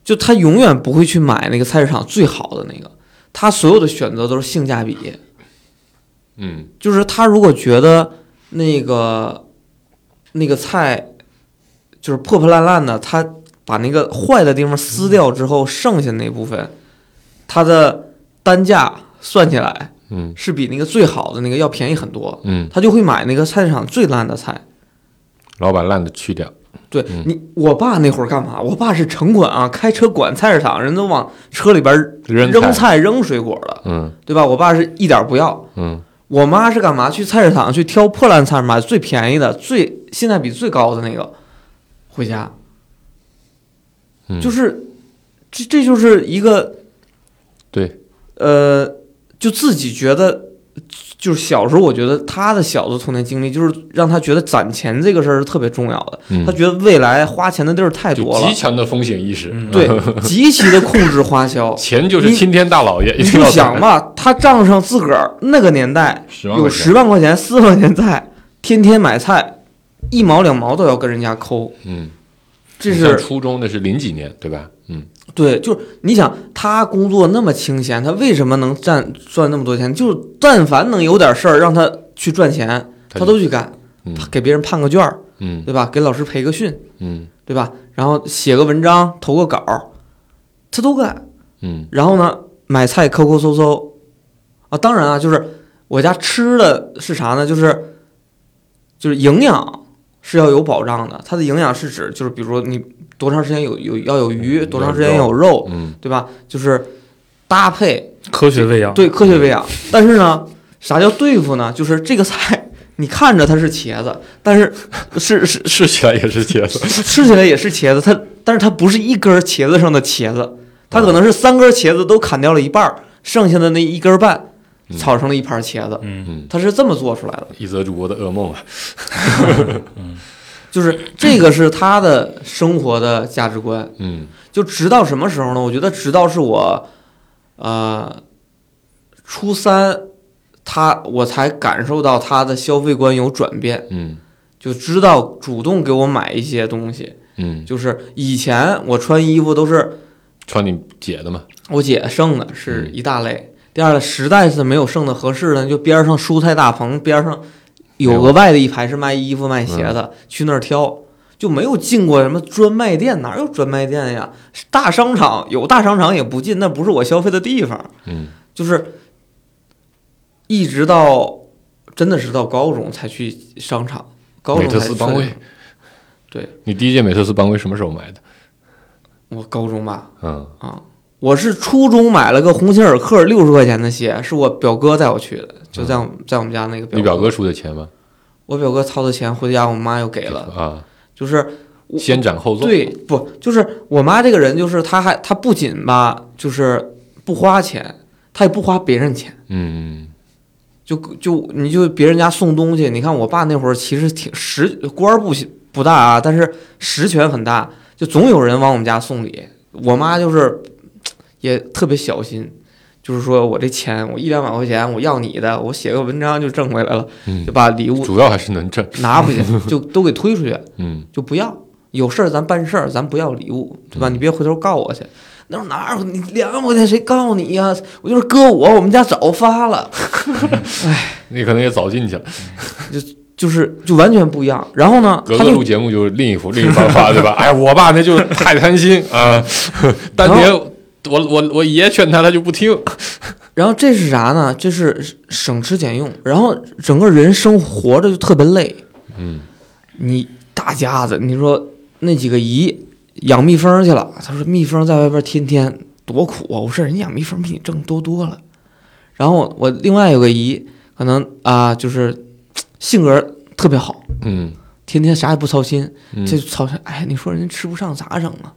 S3: 就他永远不会去买那个菜市场最好的那个，他所有的选择都是性价比。
S5: 嗯
S3: 就是他如果觉得那个那个菜就是破破烂烂的，他把那个坏的地方撕
S5: 嗯
S3: 掉之后，剩下那部分，它的单价算起来
S5: 嗯
S3: 是比那个最好的那个要便宜很多，
S5: 嗯，
S3: 他就会买那个菜市场最烂的菜。
S5: 老把烂的去掉，
S3: 对
S5: 嗯
S3: 你，我爸那会儿干嘛？我爸是城管啊，开车管菜市场，人都往车里边
S5: 扔
S3: 扔菜、扔水果了，
S5: 嗯
S3: 对吧？我爸是一点儿不要，
S5: 嗯
S3: 我妈是干嘛？去菜市场去挑破烂菜，买最便宜的、最性价比最高的那个回家。
S5: 嗯
S3: 就是这，这就是一个
S5: 对，
S3: 呃，就自己觉得，就是小时候我觉得他的小的童年经历，就是让他觉得攒钱这个事儿是特别重要的。
S5: 嗯
S3: 他觉得未来花钱的地儿太
S5: 就
S3: 多了
S5: 极，强的风险意识，。
S4: 嗯
S3: 对，极其的控制花销
S5: 钱就是青天大老爷，
S3: 你
S5: 一定
S3: 就
S5: 要
S3: 想嘛，他账上自个儿那个年代
S5: 十万
S3: 有
S5: 块钱
S3: 十万块钱、四万块钱菜，天天买菜，一毛两毛都要跟人家抠，
S5: 嗯，
S3: 这
S5: 你像
S3: 是
S5: 初中那是零几年对吧？嗯
S3: 对。就是你想，他工作那么清闲，他为什么能赚赚那么多钱？就但凡能有点事儿让他去赚钱，
S5: 他
S3: 他都去干，
S5: 嗯
S3: 给别人判个卷儿，
S5: 嗯
S3: 对吧？给老师培个训，
S5: 嗯
S3: 对吧？然后写个文章，投个稿儿，他都干。
S5: 嗯
S3: 然后呢，买菜抠抠搜搜啊，当然啊，就是我家吃的是啥呢？就是就是营养是要有保障的，它的营养是指就是比如说你多长时间有有要有鱼，多长时间嗯有肉，
S5: 嗯
S3: 对吧？就是搭配
S4: 科学喂养，
S3: 对科学喂养。但是呢，啥叫对付呢？就是这个菜。 你看着它是茄子，但是
S5: 是是是起来也是茄子，
S3: 吃起来也是茄子，它但是它不是一根儿茄子上的茄子，它可能是三根儿茄子都砍掉了一半儿，剩下的那一根儿半
S5: 嗯
S3: 炒成了一盘茄子，
S4: 嗯，
S5: 嗯，
S3: 它是这么做出来的。
S5: 一则主播的噩梦啊，
S3: 就是这个是他的生活的价值观。
S5: 嗯
S3: 就直到什么时候呢？我觉得直到是我，呃，初三，他我才感受到他的消费观有转变，
S5: 嗯
S3: 就知道主动给我买一些东西。
S5: 嗯，
S3: 就是以前我穿衣服都是
S5: 穿你姐的嘛，
S3: 我姐剩的是
S5: 嗯
S3: 一大类，第二个实在是没有剩的合适的，就边上蔬菜大棚边上有额外的一排是卖衣服卖鞋
S5: 嗯
S3: 的，去那儿挑，就没有进过什么专卖店，哪有专卖店呀？大商场有大商场也不进，那不是我消费的地方。
S5: 嗯
S3: 就是一直到真的是到高中才去商场，高中
S5: 美特
S3: 才
S5: 斯
S3: 去
S5: 邦威
S3: 商场对
S5: 你第一届美特斯邦威什么时候买的？
S3: 我高中吧，
S5: 嗯
S3: 啊，我是初中买了个鸿星尔克六十块钱的鞋，是我表哥带我去的，就在我们、在我们家那个
S5: 你表哥出的钱吗？
S3: 我表哥掏的钱回家，我妈又给了，
S5: 啊，
S3: 就是呃我
S5: 先斩后奏，
S3: 对不就是我妈这个人，就是她还她不仅吧，就是不花钱，她也不花别人钱。
S5: 嗯，
S3: 就就你就别人家送东西，你看我爸那会儿其实挺实官儿不行不大啊，但是实权很大，就总有人往我们家送礼。我妈就是也特别小心，就是说我这钱我一两百块钱我要你的，我写个文章就挣回来了，
S5: 嗯
S3: 就把礼物
S5: 主要还是能挣，
S3: 拿 回去，就都给推出去。
S5: 嗯
S3: 就不要。有事儿咱办事儿，咱不要礼物，对吧？你别回头告我去。那会儿哪有你两万块钱谁告你呀、我就是哥我，我们家早发了。
S5: 你可能也早进去了。
S3: 就是就完全不一样。然后呢，
S5: 格
S3: 他
S5: 格
S3: 就
S5: 录节目就是另一幅另一番话， 对吧？哎，我爸那就是太贪心啊！当年我我我爷劝他，他就不听。
S3: 然后这是啥呢？这是省吃俭用，然后整个人生活着就特别累。
S5: 嗯
S3: 你大家子，你说那几个姨养蜜蜂去了，他说蜜蜂在外边天天多苦啊！我说人家养蜜蜂比你挣多多了。然后我另外有个姨，可能啊、就是嘖性格特别好，
S5: 嗯
S3: 天天啥也不操心，
S5: 嗯
S3: 这操心，哎，你说人吃不上咋整啊？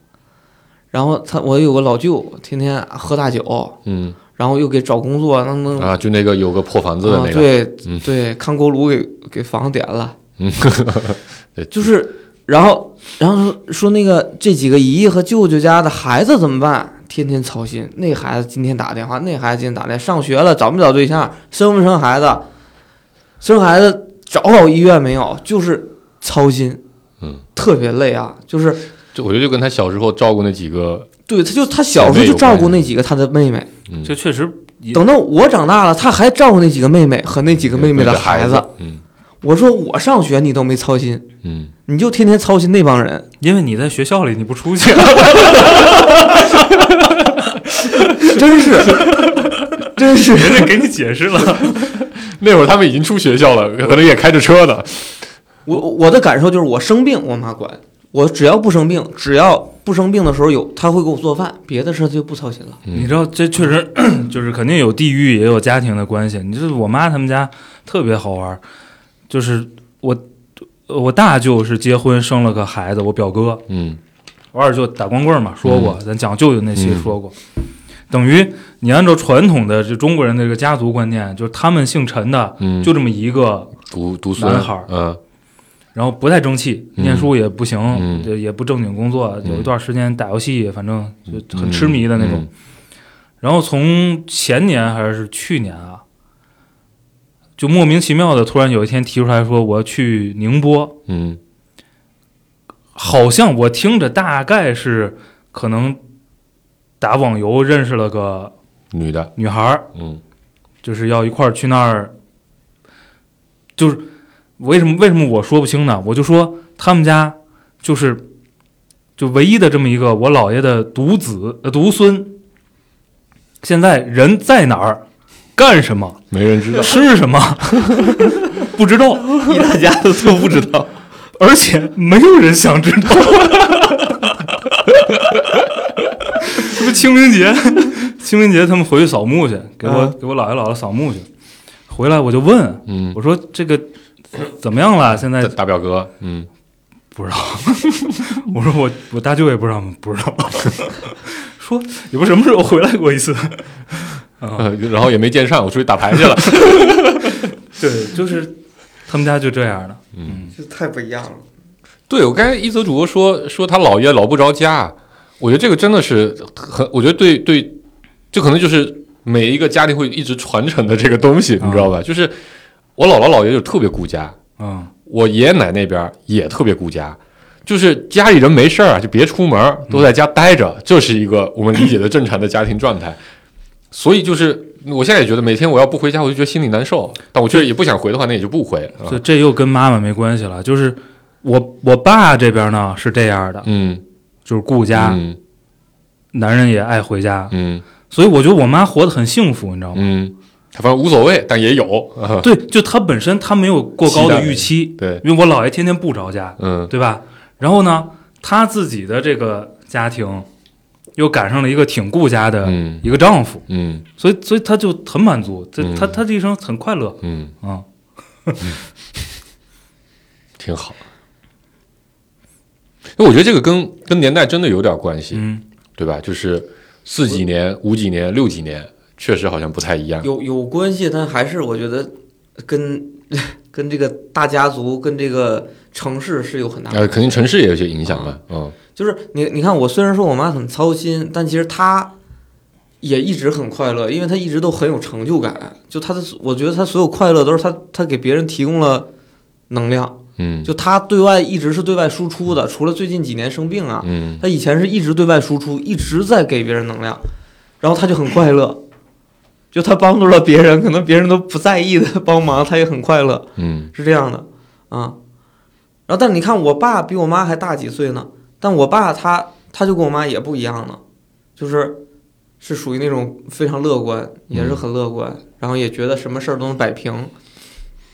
S3: 然后他我有个老舅，天天喝大酒，
S5: 嗯
S3: 然后又给找工作，弄弄
S5: 啊，就那个有个破房子的
S3: 啊
S5: 那个，
S3: 对、
S5: 嗯
S3: 对，看锅炉给给房点了，
S5: 嗯 对
S3: 就是，然后然后说说那个这几个姨和舅舅家的孩子怎么办？天天操心，那孩子今天打电话，那孩子今天打电话，上学了找没找对象，生不生孩子，生孩子找好医院没有，就是操心，
S5: 嗯，
S3: 特别累啊，就是
S5: 就我觉得就跟他小时候照顾那几个，
S3: 对，他就他小时候就照顾那几个他的妹妹，
S5: 嗯，
S4: 这确实也
S3: 等到我长大了，他还照顾那几个妹妹和那几个妹妹的
S5: 孩
S3: 孩子。，
S5: 嗯
S3: 我说我上学你都没操心，
S5: 嗯，
S3: 你就天天操心那帮人，
S4: 因为你在学校里你不出去，
S3: 真是，真是。
S4: 人家给你解释了。
S5: 那会儿他们已经出学校了，可能也开着车呢，
S3: 我我的感受就是，我生病我妈管，我只要不生病，只要不生病的时候有，她会给我做饭，别的事儿她就不操心了。
S5: 嗯
S4: 你知道，这确实 就是肯定有地域，也有家庭的关系。你就是我妈他们家特别好玩儿，就是我我大舅是结婚生了个孩子，我表哥，
S5: 嗯
S4: 我二舅打光棍儿嘛，说过，咱讲舅舅那期说过，
S5: 嗯
S4: 等于你按照传统的这中国人的这个家族观念，就是他们姓陈的
S5: 嗯，
S4: 就这么一个，
S5: 独独孙
S4: 男孩儿
S5: 嗯
S4: 然后不太争气，
S5: 嗯
S4: 念书也不行，
S5: 嗯
S4: 也也不正经工作，
S5: 嗯
S4: 有一段时间打游戏，反正就很痴迷的那种。
S5: 嗯
S4: 然后从前年还是去年啊，就莫名其妙的突然有一天提出来说我要去宁波，
S5: 嗯
S4: 好像我听着大概是可能打网游认识了个
S5: 嗯女的，
S4: 女孩儿，
S5: 嗯
S4: 就是要一块儿去那儿，就是为什么为什么我说不清呢？我就说他们家就是就唯一的这么一个我姥爷的独子呃独孙，现在人在哪儿，干什么？
S5: 没人知道，
S4: 吃 什么？不知道，
S3: 一大家子都不知道，
S4: 而且没有人想知道。这不清明节，清明节他们回去扫墓去，给我、
S3: 嗯
S4: 给我姥爷姥姥扫墓去。回来我就问，
S5: 嗯
S4: 我，说这个怎么样了？现在
S5: 大大表哥，嗯
S4: 不知道。我说我我大舅也不知道吗？不知道。 说你们什么时候回来过一次？啊，
S5: 呃然后也没见上，我出去打牌去 了，
S4: 对，就是他们家就这样的。
S5: 嗯。
S3: 这太不一样了。
S5: 对，我刚才一则主播说说他姥爷老不着家，我觉得这个真的是很，我觉得对对，这可能就是每一个家庭会一直传承的这个东西，你知道
S4: 啊
S5: 吧？就是我姥姥姥爷就特别顾家，
S4: 嗯
S5: 我爷爷奶奶那边也特别顾家，就是家里人没事儿啊，就别出门儿，都在家待着，这是一个我们理解的正常的家庭状态。所以就是我现在也觉得，每天我要不回家，我就觉得心里难受。但我确实也不想回的话，那也就不回。啊
S4: 这这又跟妈妈没关系了，就是我我爸这边呢是这样的，
S5: 嗯，
S4: 就是顾家，
S5: 嗯
S4: 男人也爱回家，
S5: 嗯
S4: 所以我觉得我妈活得很幸福，你知道吗？
S5: 嗯，他反正无所谓，但也有。啊
S4: 对，就她本身她没有过高的预期，
S5: 对，
S4: 因为我姥爷天天不着家，
S5: 嗯
S4: 对吧？然后呢，她自己的这个家庭又赶上了一个挺顾家的
S5: 嗯
S4: 一个丈夫，
S5: 嗯
S4: 所以所以她就很满足，这
S5: 嗯
S4: 她她这一生很快乐
S5: 嗯，
S4: 啊、
S5: 挺好。因为我觉得这个跟跟年代真的有点关系，
S4: 嗯，
S5: 对吧？就是四几年、五几年、六几年，确实好像不太一样。
S3: 有有关系，但还是我觉得跟 跟这个大家族跟这个城市是有很大的
S5: 呃，肯定城市也有些影响吧。
S3: 啊
S5: 嗯
S3: 就是你你看，我虽然说我妈很操心，但其实她也一直很快乐，因为她一直都很有成就感。就她的，我觉得她所有快乐都是她她给别人提供了能量。
S5: 嗯
S3: 就她对外一直是对外输出的，除了最近几年生病啊，
S5: 嗯
S3: 她以前是一直对外输出，一直在给别人能量，然后她就很快乐。就她帮助了别人，可能别人都不在意的帮忙，她也很快乐。
S5: 嗯
S3: 是这样的啊。然后，但你看，我爸比我妈还大几岁呢，但我爸他他就跟我妈也不一样呢，就是是属于那种非常乐观，也是很乐观，然后也觉得什么事儿都能摆平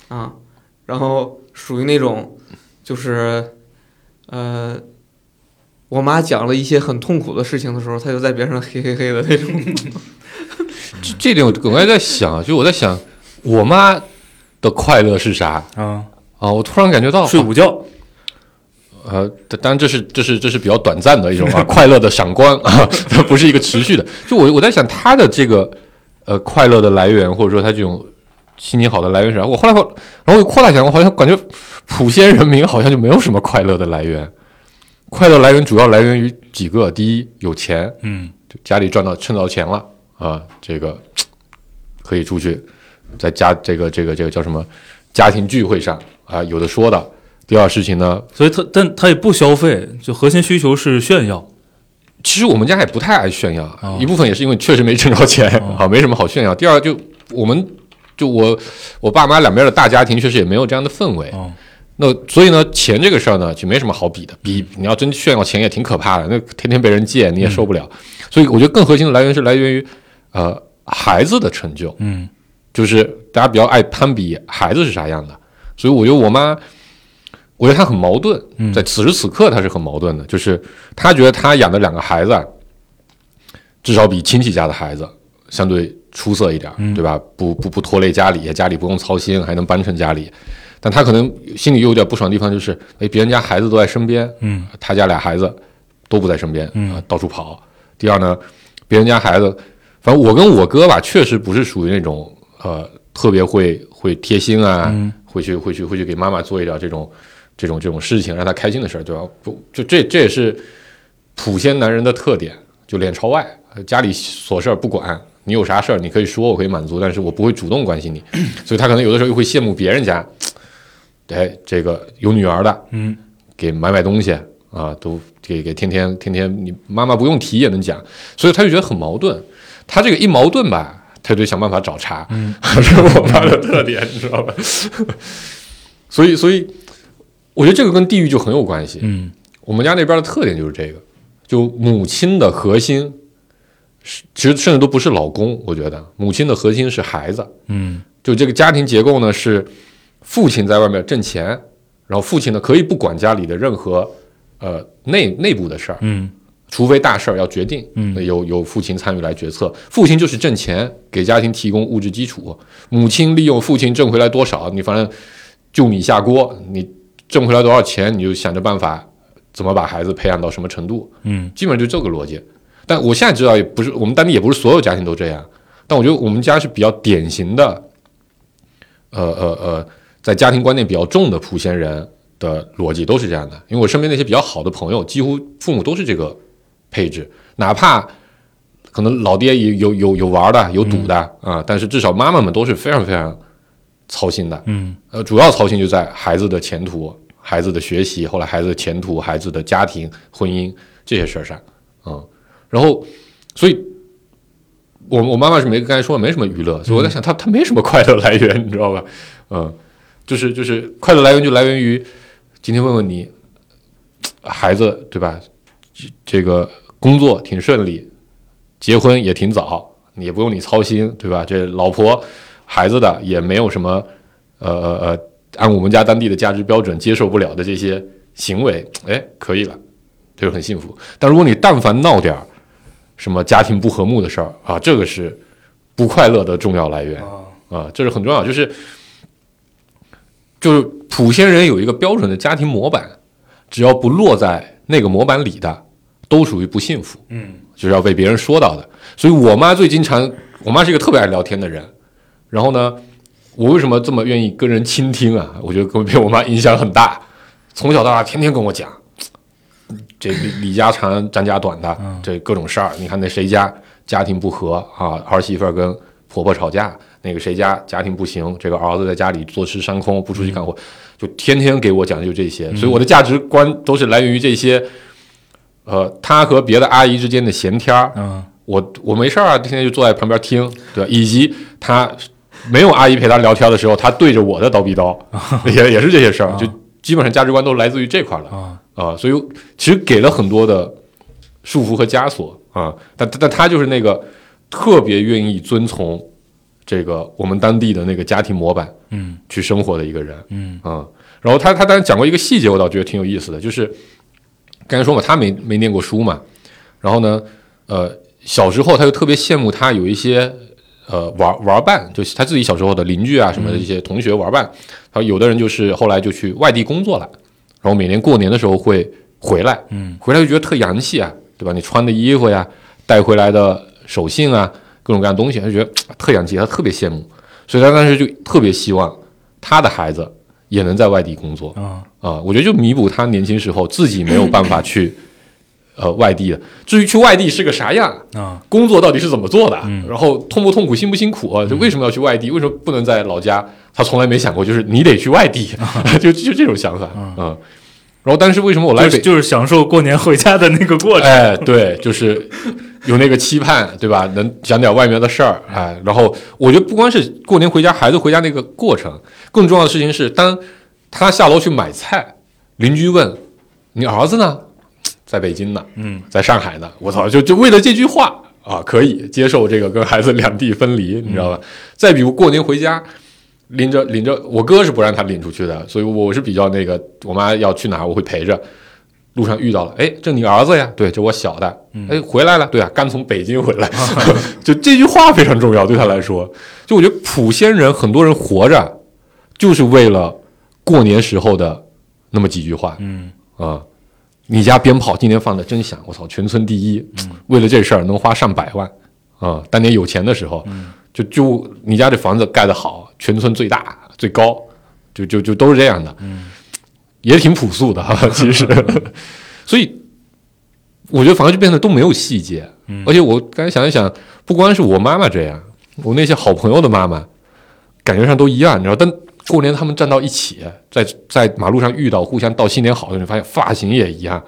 S3: 啊，然后属于那种就是呃。我妈讲了一些很痛苦的事情的时候，他就在边上嘿嘿嘿的那种。
S5: 这这点我我刚才在想啊，就我在想我妈的快乐是啥
S4: 啊，
S5: 啊？我突然感觉到，
S4: 睡午觉，
S5: 呃，当当然这是这是这是比较短暂的一种啊快乐的闪光 啊，它不是一个持续的。就我我在想他的这个呃快乐的来源，或者说他这种心情好的来源是啥？我后来我然后我扩大想，我好像感觉普县人民好像就没有什么快乐的来源。快乐来源主要来源于几个：第一，有钱；
S4: 嗯
S5: 就家里赚到趁到钱了啊，这个可以出去，在家这个这个这个叫什么家庭聚会上啊，有的说的。第二事情呢，
S4: 所以他但他也不消费，就核心需求是炫耀。
S5: 其实我们家也不太爱炫耀，
S4: 哦
S5: 一部分也是因为确实没挣着钱
S4: 哦
S5: 啊，没什么好炫耀。第二就我们就我我爸妈两边的大家庭确实也没有这样的氛围，
S4: 哦
S5: 那所以呢，钱这个事儿呢，就没什么好比的。比
S4: 嗯
S5: 你要真炫耀钱也挺可怕的，那天天被人借你也受不
S4: 嗯
S5: 了。所以我觉得更核心的来源是来源于，呃，孩子的成就，
S4: 嗯，
S5: 就是大家比较爱攀比孩子是啥样的。所以我觉得我妈，我觉得她很矛盾，
S4: 嗯
S5: 在此时此刻她是很矛盾的，就是她觉得她养的两个孩子，啊，至少比亲戚家的孩子相对出色一点儿，
S4: 嗯
S5: 对吧？不不不拖累家里，家里不用操心，还能帮衬家里。但她可能心里又有点不爽的地方，就是哎，别人家孩子都在身边，
S4: 嗯，
S5: 他家俩孩子都不在身边，
S4: 嗯
S5: 啊到处跑。第二呢，别人家孩子，反正我跟我哥吧，确实不是属于那种呃特别会会贴心啊，
S4: 嗯
S5: 会去会去会去给妈妈做一点这种这种这种事情，让她开心的事儿，对吧？不，就这这也是普鲜男人的特点，就脸朝外，呃家里琐事儿不管。你有啥事儿，你可以说，我可以满足，但是我不会主动关心你， 所以他可能有的时候又会羡慕别人家，哎，这个有女儿的，
S4: 嗯，
S5: 给买买东西啊，都给给天天天天，你妈妈不用提也能讲，所以他就觉得很矛盾。他这个一矛盾吧，他就想办法找茬， 嗯、这是我妈的特点，你知道吧？ 所以，所以我觉得这个跟地域就很有关系。
S4: 嗯
S5: 我们家那边的特点就是这个，就母亲的核心是，其实甚至都不是老公，我觉得母亲的核心是孩子。
S4: 嗯
S5: 就这个家庭结构呢是父亲在外面挣钱，然后父亲呢可以不管家里的任何呃内内部的事儿，
S4: 嗯
S5: 除非大事儿要决定，
S4: 嗯
S5: 那由由父亲参与来决策。父亲就是挣钱，给家庭提供物质基础，母亲利用父亲挣回来多少，你反正就你下锅，你挣回来多少钱，你就想着办法怎么把孩子培养到什么程度。
S4: 嗯
S5: 基本上就这个逻辑。但我现在知道，也不是我们当地也不是所有家庭都这样，但我觉得我们家是比较典型的，呃呃呃，在家庭观念比较重的普贤人的逻辑都是这样的。因为我身边那些比较好的朋友，几乎父母都是这个配置，哪怕可能老爹也有有有玩的，有赌的啊、但是至少妈妈们都是非常非常操心的。
S4: 嗯
S5: 呃，主要操心就在孩子的前途、孩子的学习，后来孩子的前途、孩子的家庭、婚姻这些事儿上，嗯，然后，所以，我我妈妈是没刚才说没什么娱乐，所以我在想，她她没什么快乐来源，你知道吧？嗯，就是就是快乐来源就来源于今天问问你，孩子对吧？这这个工作挺顺利，结婚也挺早，你也不用你操心，对吧？这老婆孩子的也没有什么。呃呃呃，按我们家当地的价值标准接受不了的这些行为，哎，可以了，这就很幸福。但如果你但凡闹点儿什么家庭不和睦的事儿啊，这个是不快乐的重要来源啊，这是很重要。就是就是普仙人有一个标准的家庭模板，只要不落在那个模板里的，都属于不幸福。
S4: 嗯
S5: 就是要被别人说到的。所以我妈最经常，我妈是一个特别爱聊天的人。然后呢，我为什么这么愿意跟人倾听啊？我觉得跟被我妈影响很大，从小到大天天跟我讲，这李李家长张家短的，这各种事儿。你看那谁家家庭不和啊，儿媳妇儿跟婆婆吵架，那个谁家家庭不行，这个儿子在家里坐吃山空，不出去干活，就天天给我讲就这些。所以我的价值观都是来源于这些。呃，她和别的阿姨之间的闲天儿，
S4: 嗯
S5: 我我没事儿啊，天天就坐在旁边听，对吧，以及他没有阿姨陪他聊天的时候，他对着我的叨逼叨，也也是这些事儿，就基本上价值观都来自于这块儿了
S4: 啊
S5: 啊、所以其实给了很多的束缚和枷锁啊，但但但他就是那个特别愿意遵从这个我们当地的那个家庭模板
S4: 嗯
S5: 去生活的一个人，
S4: 嗯
S5: 嗯，然后他他当时讲过一个细节，我倒觉得挺有意思的，就是刚才说嘛，他没没念过书嘛，然后呢，呃，小时候他就特别羡慕他有一些呃玩玩伴，就是他自己小时候的邻居啊什么的
S4: 嗯
S5: 一些同学玩伴，然后有的人就是后来就去外地工作了，然后每年过年的时候会回来，
S4: 嗯
S5: 回来就觉得特洋气啊，对吧？你穿的衣服呀，带回来的手信啊，各种各样的东西，他就觉得嘖特洋气，他特别羡慕，所以他当时就特别希望他的孩子也能在外地工作
S4: 啊
S5: 啊、我觉得就弥补他年轻时候自己没有办法去呃外地的。至于去外地是个啥样，
S4: 啊，
S5: 工作到底是怎么做的，
S4: 嗯
S5: 然后痛不痛苦、辛不辛苦啊？就为什么要去外地？为什么不能在老家？他从来没想过，就是你得去 外地， 就就这种想法
S4: 嗯
S5: 嗯。然后，但是为什么我来
S4: 就
S5: 北
S4: 是就是享受过年回家的那个过程。
S5: 哎，对，就是有那个期盼，对吧？能讲点外面的事儿，哎，然后我觉得不光是过年回家，孩子回家那个过程，更重要的事情是，当他下楼去买菜，邻居问你儿子呢，在北京呢，
S4: 嗯，
S5: 在上海呢，我操，就就为了这句话啊，可以接受这个跟孩子两地分离，你
S4: 嗯
S5: 知道吧？再比如过年回家，领着领着我哥是不让他领出去的，所以我是比较那个，我妈要去哪儿我会陪着。路上遇到了，哎，这你儿子呀？对，这我小的，哎，回来了，对啊，刚从北京回来，就这句话非常重要，对他来说，就我觉得普仙人很多人活着就是为了过年时候的那么几句话，
S4: 嗯
S5: 啊、你家鞭炮今年放的真响，我操，全村第一，为了这事儿能花上百万啊、当年有钱的时候，就就你家这房子盖得好，全村最大最高，就就就都是这样的，也挺朴素的哈、其实，所以我觉得反而就变得都没有细节，而且我刚才想一想，不光是我妈妈这样，我那些好朋友的妈妈，感觉上都一样，你知道，但过年他们站到一起，在在马路上遇到，互相道新年好的时候，你发现发型也一样，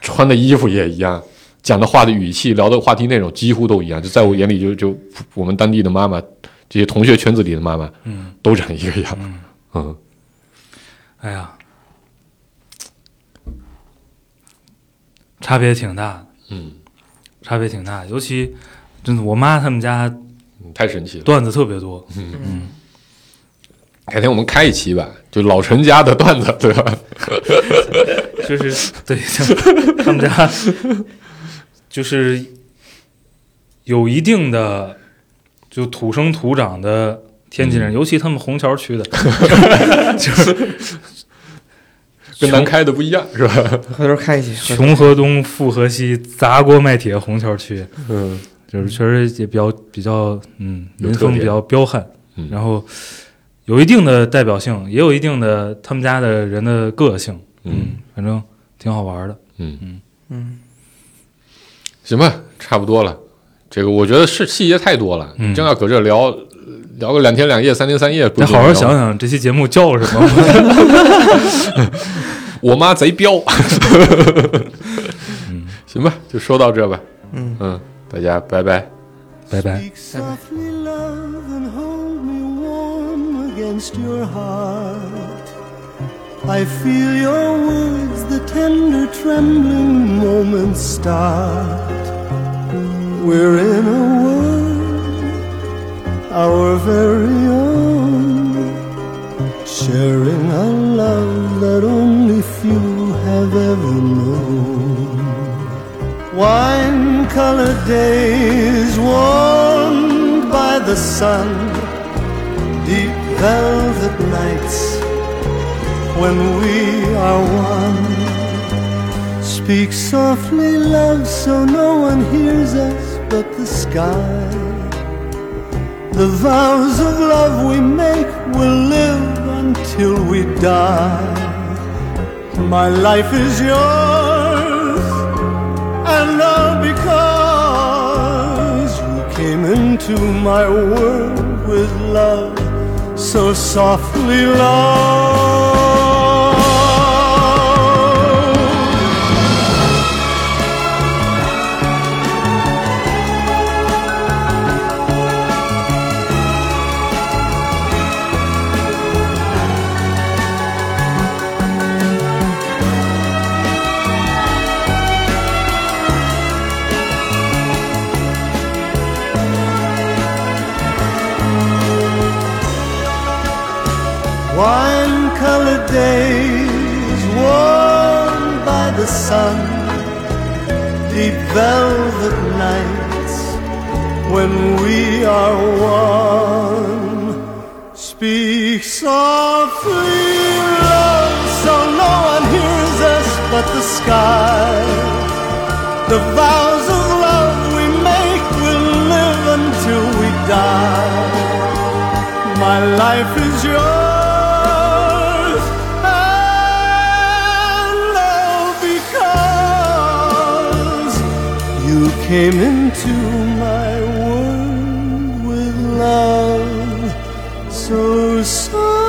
S5: 穿的衣服也一样，讲的话的语气、聊的话题内容几乎都一样。就在我眼里就，就我们当地的妈妈，这些同学圈子里的妈妈，
S4: 嗯，
S5: 都长一个样。嗯，
S4: 哎呀，差别挺大的，
S5: 嗯，
S4: 差别挺大的，尤其真的，我妈他们家
S5: 嗯太神奇了。
S4: 段子特别多。
S5: 嗯改天我们开一期吧，就老陈家的段子，对吧？
S4: 就是 对，就他们 家就是有一定的就土生土长的天津
S5: 嗯
S4: 人，尤其他们虹桥区的，就是
S5: 跟咱开的不一样，是吧？
S3: 回头看一起，回头
S4: 穷河东，富河西，砸锅卖铁，虹桥区
S5: 嗯
S4: 就是确实也比较比较嗯，
S5: 有
S4: 民
S5: 特
S4: 风
S5: 点
S4: 比较彪悍，
S5: 嗯
S4: 然后有一定的代表性，也有一定的他们家的人的个性，
S5: 嗯，
S4: 反正挺好玩的。
S5: 嗯。
S3: 嗯，
S5: 行吧，差不多了。这个我觉得是细节太多了，
S4: 嗯
S5: 真要搁这聊聊个两天两夜、三天三夜，
S4: 得好好想
S5: 想。
S4: 想这期节目叫什么。
S5: 我妈贼 彪。嗯行吧，就说到这吧。嗯大家拜 拜。
S4: 拜拜。
S2: Speak softly, love, and hold me warm against your heart. I feel your words, the tender trembling moments start. We're in a world, our very own, sharing a love that only few have ever known. Wine colored days warmed by the sun, deep velvet nights when we are one. Speak softly, love, so no one hears us but the sky. The vows of love we make will live until we die. My life is yours. And all because you came into my world with love so softly, love. wine colored days warmed by the sun, deep velvet nights when we are one. Speak softly, love, so no one hears us but the sky. The vows of love we make will live until we die. My life is yours, and all because came into my world with love so sudden.